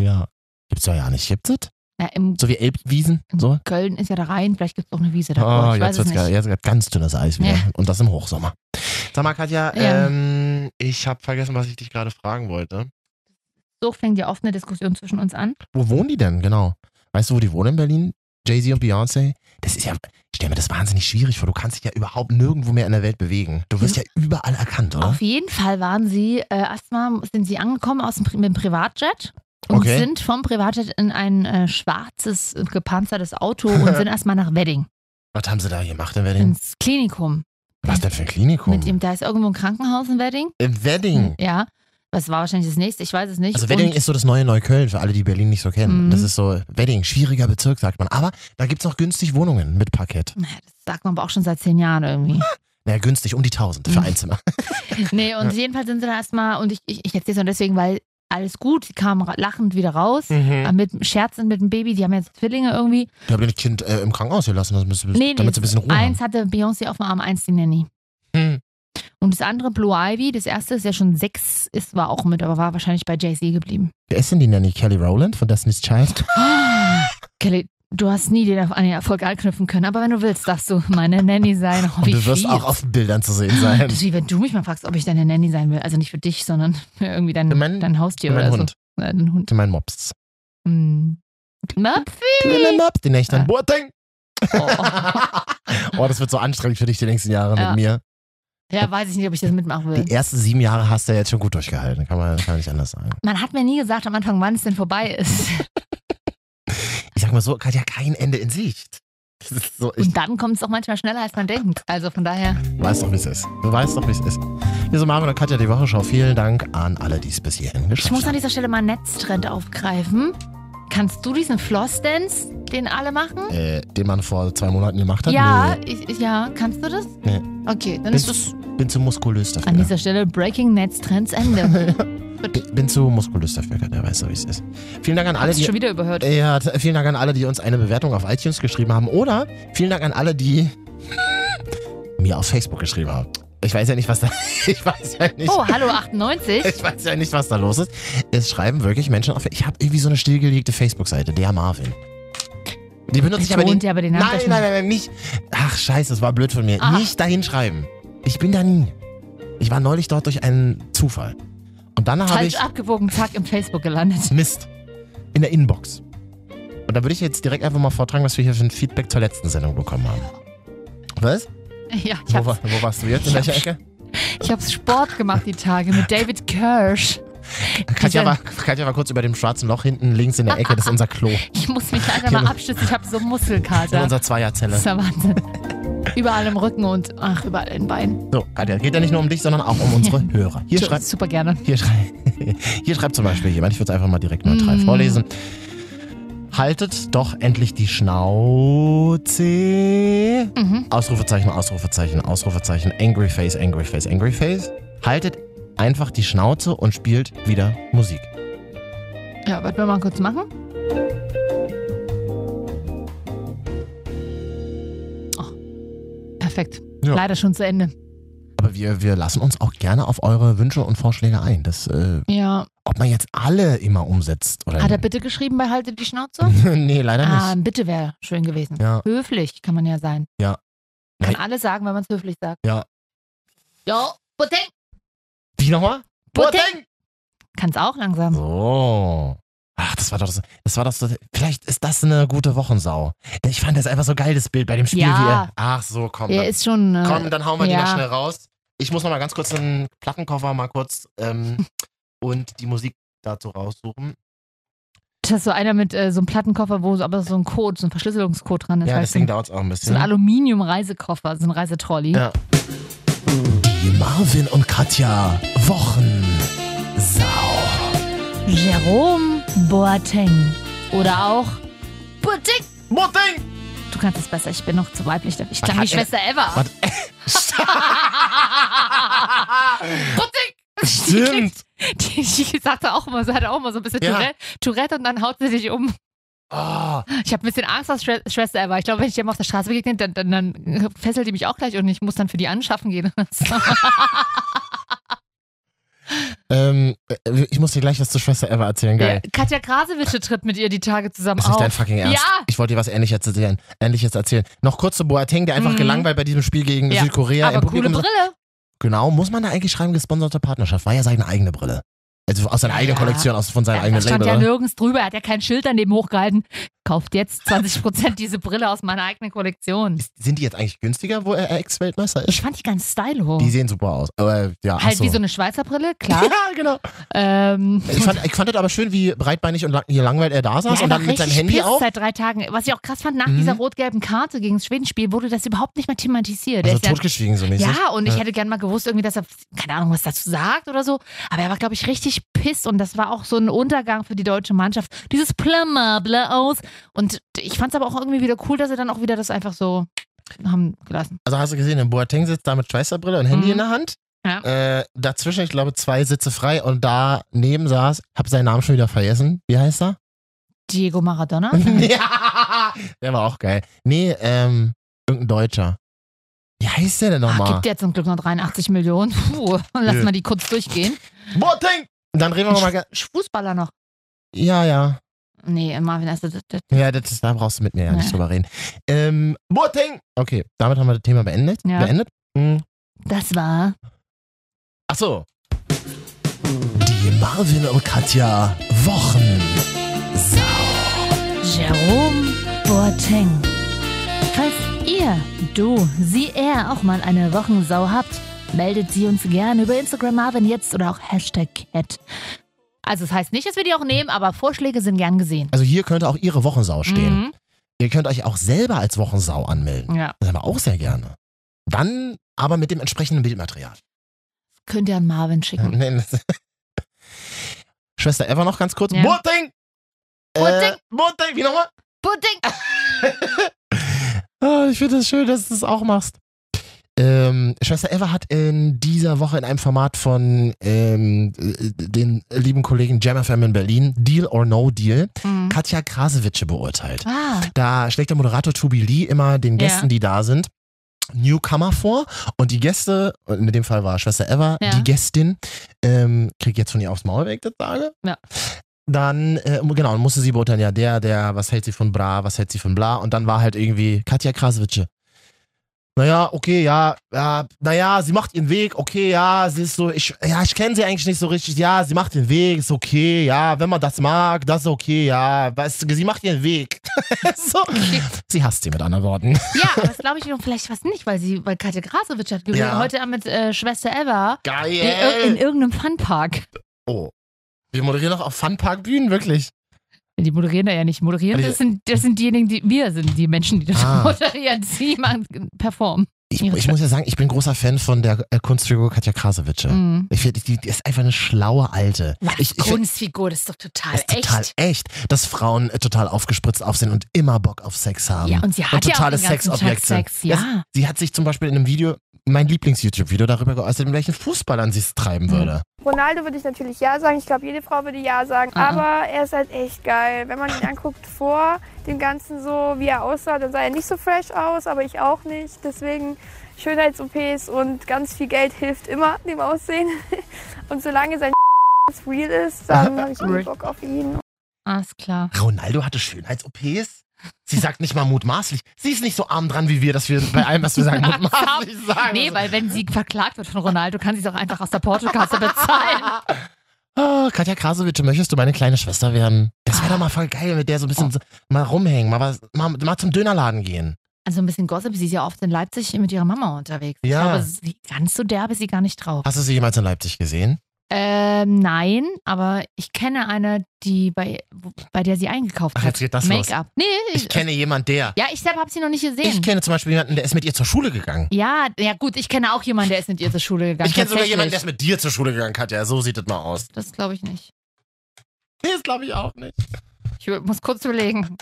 Speaker 8: ja. Gibt's ja ja nicht. Gibt's das?
Speaker 2: Na, im
Speaker 8: So wie Elbwiesen? So?
Speaker 2: Köln ist ja der Rhein, vielleicht gibt es auch eine Wiese da.
Speaker 8: Oh,
Speaker 2: ich weiß
Speaker 8: jetzt
Speaker 2: es
Speaker 8: wird's
Speaker 2: nicht.
Speaker 8: geil. Jetzt wird ganz dünnes Eis wieder.
Speaker 2: Ja.
Speaker 8: Und das im Hochsommer. Sag mal, Katja,
Speaker 2: Ja.
Speaker 8: ähm, ich habe vergessen, was ich dich gerade fragen wollte.
Speaker 2: So fängt ja oft eine Diskussion zwischen uns an.
Speaker 8: Wo wohnen die denn, genau? Weißt du, wo die wohnen in Berlin? Jay-Z und Beyoncé? Das ist ja, ich stell mir das wahnsinnig schwierig vor. Du kannst dich ja überhaupt nirgendwo mehr in der Welt bewegen. Du wirst ja überall erkannt, oder?
Speaker 2: Auf jeden Fall waren sie, äh, erstmal sind sie angekommen aus dem, Pri- mit dem Privatjet und
Speaker 8: Okay.
Speaker 2: sind vom Privatjet in ein äh, schwarzes, äh, gepanzertes Auto und sind erstmal nach Wedding,
Speaker 8: Was haben sie da gemacht in Wedding?
Speaker 2: ins Klinikum.
Speaker 8: Was denn für ein Klinikum?
Speaker 2: Mit ihm, da ist irgendwo ein Krankenhaus in Wedding.
Speaker 8: Im Wedding.
Speaker 2: Ja. Was war wahrscheinlich das nächste, ich weiß es nicht.
Speaker 8: Hm. Also Wedding
Speaker 2: Und-
Speaker 8: ist so das neue Neukölln, für alle, die Berlin nicht so kennen.
Speaker 2: Mhm.
Speaker 8: Das ist so Wedding, schwieriger Bezirk, sagt man. Aber da gibt's noch günstig Wohnungen mit Parkett.
Speaker 2: Naja, Das sagt man aber auch schon seit zehn Jahren irgendwie.
Speaker 8: Naja, günstig um die 1000 für
Speaker 2: Mhm.
Speaker 8: ein Zimmer.
Speaker 2: nee, und jedenfalls sind sie da erstmal, und ich, ich, ich erzähle es nur deswegen, weil alles gut, sie kamen ra- lachend wieder raus,
Speaker 8: Mhm.
Speaker 2: äh, mit Scherzen mit dem Baby, die haben jetzt Zwillinge irgendwie.
Speaker 8: Ich habe das Kind äh, im Krankenhaus gelassen, damit sie
Speaker 2: Nee, nee,
Speaker 8: damit sie ein bisschen Ruhe
Speaker 2: eins
Speaker 8: haben.
Speaker 2: hatte Beyoncé auf dem Arm, eins die Nanny.
Speaker 8: Hm.
Speaker 2: Und das andere, Blue Ivy, das erste ist ja schon sechs, ist, war auch mit, aber war wahrscheinlich bei Jay-Z geblieben.
Speaker 8: Wer ist denn die Nanny? Kelly Rowland von Destiny's Child?
Speaker 2: Kelly, du hast nie den an den Erfolg anknüpfen können, aber wenn du willst, darfst du meine Nanny sein. Oh,
Speaker 8: Und
Speaker 2: wie
Speaker 8: du wirst
Speaker 2: fies.
Speaker 8: auch auf Bildern zu sehen sein.
Speaker 2: Das ist wie wenn du mich mal fragst, ob ich deine Nanny sein will. Also nicht für dich, sondern für irgendwie dein,
Speaker 8: Für meinen-
Speaker 2: dein Haustier
Speaker 8: für meinen
Speaker 2: oder
Speaker 8: Hund.
Speaker 2: so. Äh, Dein Hund.
Speaker 8: Zu meinen Mops.
Speaker 2: Hm. Möpfi!
Speaker 8: Kleinen Mops, den ich
Speaker 2: Ah.
Speaker 8: dann Boateng.
Speaker 2: Oh.
Speaker 8: Oh, das wird so anstrengend für dich die nächsten Jahre
Speaker 2: Ja.
Speaker 8: mit mir.
Speaker 2: Ja, weiß ich nicht, ob ich das mitmachen will.
Speaker 8: Die ersten sieben Jahre hast du ja jetzt schon gut durchgehalten. Kann man, kann man nicht anders sagen.
Speaker 2: Man hat mir nie gesagt am Anfang, wann es denn vorbei ist.
Speaker 8: Ich sag mal so, hat ja kein Ende in Sicht. Das ist so, ich
Speaker 2: Und dann kommt es auch manchmal schneller, als man denkt. Also von daher.
Speaker 8: weiß doch, wie es ist. Du weißt doch, wie es ist. Wir sind Mario und Katja, die Wochenschau. Vielen Dank an alle, die es bis hierhin
Speaker 2: Ich
Speaker 8: geschafft
Speaker 2: muss an
Speaker 8: haben.
Speaker 2: dieser Stelle mal einen Netztrend aufgreifen. Kannst du diesen Flossdance, den alle machen?
Speaker 8: Äh, den man vor zwei Monaten gemacht hat?
Speaker 2: Ja,
Speaker 8: Nö.
Speaker 2: ich, ich- ja, kannst du das?
Speaker 8: Nee.
Speaker 2: Okay, dann
Speaker 8: Bin,
Speaker 2: ist das
Speaker 8: zu, bin zu muskulös dafür.
Speaker 2: an dieser Stelle Breaking Netztrends Ende.
Speaker 8: bin, bin zu muskulös dafür, Katja. Weißt du, wie es ist. Vielen Dank an alle,
Speaker 2: Hast du
Speaker 8: die äh,
Speaker 2: schon wieder überhört?
Speaker 8: Ja, t- vielen Dank an alle, die uns eine Bewertung auf iTunes geschrieben haben. Oder vielen Dank an alle, die mir auf Facebook geschrieben haben. Ich weiß ja nicht, was da. Ich weiß ja nicht.
Speaker 2: Oh, hallo 98.
Speaker 8: Ich weiß ja nicht, was da los ist. Es schreiben wirklich Menschen auf. Ich habe irgendwie so eine stillgelegte Facebook-Seite, der Marvin. Die benutze ich aber
Speaker 2: Betont
Speaker 8: nicht.
Speaker 2: ihr aber den
Speaker 8: nein,
Speaker 2: Namen
Speaker 8: nein,
Speaker 2: gleich mal.
Speaker 8: nein, nein, nicht. Ach, scheiße, das war blöd von mir.
Speaker 2: Ah.
Speaker 8: Nicht dahin schreiben. Ich bin da nie. Ich war neulich dort durch einen Zufall. Und dann habe
Speaker 2: Falsch
Speaker 8: ich.
Speaker 2: abgewogen, zack, im Facebook gelandet.
Speaker 8: Mist. In der Inbox. Und da würde ich jetzt direkt einfach mal vortragen, was wir hier für ein Feedback zur letzten Sendung bekommen haben. Was?
Speaker 2: Ja, ich
Speaker 8: Wo,
Speaker 2: hab's,
Speaker 8: war, wo warst du jetzt? In
Speaker 2: Ich
Speaker 8: welcher
Speaker 2: hab's-
Speaker 8: Ecke?
Speaker 2: ich hab's Sport gemacht die Tage mit David Kirsch.
Speaker 8: Katja
Speaker 2: Diese-
Speaker 8: war, Katja war kurz über dem schwarzen Loch hinten links in der Ecke. Das ist unser Klo.
Speaker 2: Ich muss mich leider mal
Speaker 8: Genau.
Speaker 2: abstützen, ich habe so
Speaker 8: In
Speaker 2: Muskelkater.
Speaker 8: unserer
Speaker 2: Das
Speaker 8: Zweierzelle.
Speaker 2: ist der Wahnsinn. Überall im Rücken und ach, überall in den Beinen.
Speaker 8: So, Katja, geht ja nicht nur um dich, sondern auch um unsere Hörer. Hier
Speaker 2: So,
Speaker 8: schreibt,
Speaker 2: Super gerne.
Speaker 8: hier schreibt, hier schreibt zum Beispiel jemand, ich würde es einfach mal direkt neutral
Speaker 2: Mm.
Speaker 8: vorlesen. Haltet doch endlich die Schnauze.
Speaker 2: Mhm.
Speaker 8: Ausrufezeichen, Ausrufezeichen, Ausrufezeichen, Angry Face, Angry Face, Angry Face. Haltet einfach die Schnauze und spielt wieder Musik.
Speaker 2: Ja, wollten wir mal kurz machen? Oh, perfekt.
Speaker 8: Ja.
Speaker 2: Leider schon zu Ende.
Speaker 8: Aber wir, wir lassen uns auch gerne auf eure Wünsche und Vorschläge ein. Das, äh,
Speaker 2: Ja.
Speaker 8: ob man jetzt alle immer umsetzt oder
Speaker 2: Hat er Ah, bitte geschrieben bei Halte die Schnauze?
Speaker 8: Nee, leider
Speaker 2: ah,
Speaker 8: nicht.
Speaker 2: bitte wäre schön gewesen.
Speaker 8: Mhm. Ja.
Speaker 2: Höflich kann man ja sein.
Speaker 8: Ja.
Speaker 2: Kann
Speaker 8: Nein.
Speaker 2: alles sagen, wenn man es höflich sagt.
Speaker 8: Ja.
Speaker 2: Jo, Boateng.
Speaker 8: Wie nochmal?
Speaker 2: Boateng. Kann's auch langsam.
Speaker 8: So. Ach, das war doch das, das war doch so, vielleicht ist das eine gute Wochensau. Ich fand das einfach so geil, das Bild bei dem Spiel
Speaker 2: Ja.
Speaker 8: wie er- Ach so, komm.
Speaker 2: Er
Speaker 8: dann,
Speaker 2: ist schon. Äh,
Speaker 8: komm, dann hauen wir die
Speaker 2: ja.
Speaker 8: mal schnell raus. Ich muss noch mal ganz kurz den Plattenkoffer mal kurz ähm, und die Musik dazu raussuchen.
Speaker 2: Das ist so einer mit äh, so einem Plattenkoffer, wo so- aber so ein Code, so ein Verschlüsselungscode dran ist.
Speaker 8: Ja,
Speaker 2: weißt
Speaker 8: deswegen
Speaker 2: du?
Speaker 8: dauert es auch ein
Speaker 2: so ein
Speaker 8: bisschen.
Speaker 2: Aluminium-Reisekoffer, so ein Reisetrolley.
Speaker 8: Ja. Die Marvin und Katja Wochensau.
Speaker 2: Jerome Boateng. Oder auch Boateng.
Speaker 8: Boateng!
Speaker 2: Du kannst es besser, ich bin noch zu weiblich. dafür. Ich
Speaker 8: Was
Speaker 2: klang wie
Speaker 8: hat er-
Speaker 2: Schwester Eva.
Speaker 8: Was?
Speaker 2: Boateng.
Speaker 8: Stimmt.
Speaker 2: Die, die sagte auch immer so, hatte auch immer so ein bisschen
Speaker 8: Ja.
Speaker 2: Tourette, Tourette und dann haut sie sich um.
Speaker 8: Oh,
Speaker 2: Ich habe ein bisschen Angst vor Schwe- Schwester Eva. Ich glaube, wenn ich dem auf der Straße begegne, dann, dann, dann fesselt die mich auch gleich und ich muss dann für die anschaffen gehen.
Speaker 8: ähm, äh, ich muss dir gleich was zur Schwester Eva erzählen, geil.
Speaker 2: Katja Krasewitsche tritt mit ihr die Tage zusammen
Speaker 8: Ist nicht
Speaker 2: auf.
Speaker 8: dein fucking Ernst?
Speaker 2: Ja.
Speaker 8: Ich wollte dir was Ähnliches erzählen. Ähnliches erzählen. Noch kurz zu Boateng, der einfach
Speaker 2: Mhm.
Speaker 8: gelangweilt bei diesem Spiel gegen
Speaker 2: Ja,
Speaker 8: Südkorea
Speaker 2: aber coole
Speaker 8: Publikum-
Speaker 2: Brille.
Speaker 8: Genau, muss man da eigentlich schreiben, gesponserte Partnerschaft. War ja seine eigene Brille. Also aus seiner eigenen
Speaker 2: Ja.
Speaker 8: Kollektion, aus, von seinem
Speaker 2: da
Speaker 8: eigenen
Speaker 2: stand
Speaker 8: Label,
Speaker 2: ja
Speaker 8: oder?
Speaker 2: nirgends drüber. Er hat ja kein Schild daneben hochgehalten. Kauft jetzt 20% diese Brille aus meiner eigenen Kollektion.
Speaker 8: Sind die jetzt eigentlich günstiger, wo er Ex-Weltmeister
Speaker 2: Ich
Speaker 8: ist?
Speaker 2: fand die ganz stylo.
Speaker 8: Die sehen super aus. Aber, ja,
Speaker 2: Oh. halt
Speaker 8: ach so.
Speaker 2: wie so eine Schweizer Brille, klar.
Speaker 8: Ja, genau.
Speaker 2: ähm,
Speaker 8: Ich fand, ich fand das aber schön, wie breitbeinig und lang, hier langweilt er da saß
Speaker 2: Ja,
Speaker 8: und dann
Speaker 2: war
Speaker 8: mit seinem
Speaker 2: richtig halt.
Speaker 8: Handy
Speaker 2: pisst
Speaker 8: auch.
Speaker 2: seit drei Tagen. Was ich auch krass fand, nach
Speaker 8: Mhm.
Speaker 2: dieser rot-gelben Karte gegen das Schwedenspiel wurde das überhaupt nicht mehr thematisiert. Er
Speaker 8: Also
Speaker 2: ist ja-
Speaker 8: totgeschwiegen so mäßig.
Speaker 2: ja, und ich
Speaker 8: Ja.
Speaker 2: hätte gern mal gewusst, irgendwie, dass er, keine Ahnung, was dazu sagt oder so. Aber er war, glaube ich, richtig piss und das war auch so ein Untergang für die deutsche Mannschaft. Dieses Plamable aus. Und ich fand es aber auch irgendwie wieder cool, dass er dann auch wieder das einfach so haben gelassen.
Speaker 8: Also hast du gesehen, im Boateng sitzt da mit Schweißerbrille und Handy
Speaker 2: Mhm.
Speaker 8: in der Hand.
Speaker 2: Ja.
Speaker 8: Äh, dazwischen, ich glaube, zwei Sitze frei und daneben saß, hab seinen Namen schon wieder vergessen. Wie heißt er?
Speaker 2: Diego Maradona?
Speaker 8: ja, der war auch geil. Nee, ähm, irgendein Deutscher. Wie heißt der denn
Speaker 2: Ach,
Speaker 8: nochmal?
Speaker 2: Ah, gibt ja zum Glück noch 83 Millionen. Puh, lass
Speaker 8: Nö.
Speaker 2: mal die kurz durchgehen.
Speaker 8: Boateng! Und dann reden wir nochmal. ge-
Speaker 2: Sch- Fußballer noch.
Speaker 8: Ja, ja.
Speaker 2: Nee, Marvin, also, das, das,
Speaker 8: Ja, das, ist- da brauchst du mit mir ja
Speaker 2: Nee.
Speaker 8: nicht drüber reden. Ähm, Boateng! Okay, damit haben wir das Thema beendet.
Speaker 2: Ja.
Speaker 8: Beendet? Mhm.
Speaker 2: das war
Speaker 8: Ach so. Die Marvin und Katja Wochen.
Speaker 2: Jerome Boateng. Falls ihr, du, sie, er auch mal eine Wochensau habt, meldet sie uns gerne über Instagram Marvin jetzt oder auch Hashtag Cat. Also es heißt nicht, dass wir die auch nehmen, aber Vorschläge sind gern gesehen.
Speaker 8: Also hier könnte auch Ihre Wochensau stehen. Ihr könnt euch auch selber als Wochensau anmelden.
Speaker 2: Mhm. Ja.
Speaker 8: Das haben wir auch sehr gerne. Dann aber mit dem entsprechenden Bildmaterial.
Speaker 2: Könnt ihr an Marvin schicken.
Speaker 8: Nein, das- Schwester Eva noch ganz kurz.
Speaker 2: Ja.
Speaker 8: Boateng!
Speaker 2: Boateng!
Speaker 8: Äh, Boateng, wie nochmal?
Speaker 2: Boateng!
Speaker 8: Ah, ich finde es das schön, dass du das auch machst. Ähm, Schwester Eva hat in dieser Woche in einem Format von ähm, äh, den lieben Kollegen Jam FM in Berlin, Deal or No Deal,
Speaker 2: Mhm.
Speaker 8: Katja Krasewitsche beurteilt.
Speaker 2: Ah,
Speaker 8: Da schlägt der Moderator Tobi Lee immer den
Speaker 2: Ja.
Speaker 8: Gästen, die da sind, Newcomer vor. Und die Gäste, und in dem Fall war Schwester Eva,
Speaker 2: Ja.
Speaker 8: die Gästin, ähm, kriegt jetzt von ihr aufs Maul weg, das sage.
Speaker 2: Ja.
Speaker 8: Dann, äh, genau, musste sie beurteilen, ja, der, der, was hält sie von Bra, was hält sie von Bla. Und dann war halt irgendwie Katja Kraswitsche. Naja, okay, ja, ja, naja, sie macht ihren Weg, okay, ja, sie ist so, ich, ja, ich kenne sie eigentlich nicht so richtig, ja, sie macht den Weg, ist okay, ja, wenn man das mag, das ist okay, ja, weißt du, sie macht ihren Weg. so. Sie hasst sie mit anderen Worten.
Speaker 2: ja, aber das glaube ich noch vielleicht was nicht, weil sie, weil Katja Grasowitsch hat gewonnen.
Speaker 8: Ja.
Speaker 2: Heute mit äh, Schwester Eva in, ir in
Speaker 8: Geil!
Speaker 2: irgendeinem Funpark.
Speaker 8: Oh. Wir moderieren doch auf Funpark-Bühnen, wirklich.
Speaker 2: Die moderieren da ja nicht. Moderieren,
Speaker 8: Also-
Speaker 2: das sind, das sind diejenigen, die wir sind, die Menschen, die das
Speaker 8: Ah.
Speaker 2: moderieren. Sie machen, performen.
Speaker 8: Ich,
Speaker 2: Ihre
Speaker 8: ich muss ja sagen, ich bin großer Fan von der äh, Kunstfigur Katja Krasowitsche.
Speaker 2: Mhm.
Speaker 8: Ich finde, die, die ist einfach eine schlaue Alte. Ich, ich find,
Speaker 2: Kunstfigur, das ist doch total
Speaker 8: das ist total echt. dass Frauen äh, total aufgespritzt auf sind und immer Bock auf Sex haben.
Speaker 2: Ja, und sie hat
Speaker 8: und
Speaker 2: ja auch
Speaker 8: totale
Speaker 2: den ganzen Tag
Speaker 8: Sexobjekte.
Speaker 2: Sex. Ja.
Speaker 8: Sie hat sich zum Beispiel in einem Video, mein Lieblings-YouTube-Video, darüber geäußert, mit welchen Fußballern sie es treiben
Speaker 2: Mhm.
Speaker 8: würde.
Speaker 11: Ronaldo würde ich natürlich ja sagen. Ich glaube, jede Frau würde ja sagen.
Speaker 2: Ah, ah.
Speaker 11: Aber er ist halt echt geil. Wenn man ihn anguckt vor dem Ganzen so, wie er aussah, dann sah er nicht so fresh aus, aber ich auch nicht. Deswegen Schönheits-OPs und ganz viel Geld hilft immer dem Aussehen. Und solange sein real ist, dann habe ich irgendwie Bock auf ihn.
Speaker 2: Alles klar.
Speaker 8: Ronaldo hatte Schönheits-OPs? Sie sagt nicht mal mutmaßlich. Sie ist nicht so arm dran wie wir, dass wir bei allem, was wir sagen, mutmaßlich sagen.
Speaker 2: Nee,
Speaker 8: müssen.
Speaker 2: weil wenn sie verklagt wird von Ronaldo, kann sie es auch einfach aus der Portokasse bezahlen.
Speaker 8: Ah, Katja Krasowitsch, möchtest du meine kleine Schwester werden? Das wäre doch mal voll geil, mit der so ein bisschen so, mal rumhängen, mal, was, mal, mal zum Dönerladen gehen.
Speaker 2: Also ein bisschen Gossip, sie ist ja oft in Leipzig mit ihrer Mama unterwegs.
Speaker 8: Ja.
Speaker 2: Ich glaube, sie, ganz so derb ist sie gar nicht drauf.
Speaker 8: Hast du sie jemals in Leipzig gesehen?
Speaker 2: Ähm, nein, aber ich kenne eine, die bei, wo- bei der sie eingekauft
Speaker 8: Ach,
Speaker 2: hat.
Speaker 8: jetzt geht das los.
Speaker 2: Make-up. Nee,
Speaker 8: Ich äh, kenne jemanden, der.
Speaker 2: ja, ich selbst habe sie noch nicht gesehen.
Speaker 8: Ich kenne zum Beispiel jemanden, der ist mit ihr zur Schule gegangen.
Speaker 2: Ja, ja gut, ich kenne auch jemanden, der ist mit ihr zur Schule gegangen.
Speaker 8: ich kenne sogar jemanden, der ist
Speaker 2: Tatsächlich.
Speaker 8: mit dir zur Schule gegangen, Katja. So sieht das mal aus.
Speaker 2: Das glaube ich nicht.
Speaker 8: Nee, das glaube ich auch nicht.
Speaker 2: Ich will- muss kurz überlegen.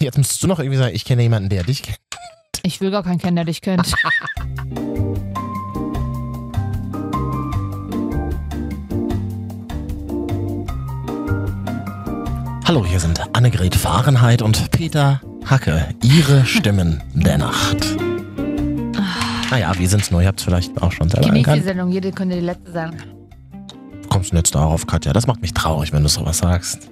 Speaker 8: Jetzt müsstest du noch irgendwie sagen, ich kenne jemanden, der dich kennt.
Speaker 2: Ich will gar keinen kennen, der dich kennt.
Speaker 8: Hallo, hier sind Annegret Fahrenheit und Peter Hacke. Ihre Stimmen der Nacht. Naja, wir sind's nur. Ihr habt's vielleicht auch schon selber
Speaker 2: Genießt die
Speaker 8: erkannt.
Speaker 2: Sendung, jede könnte die letzte sein.
Speaker 8: kommst du jetzt darauf, Katja? Das macht mich traurig, wenn du sowas sagst.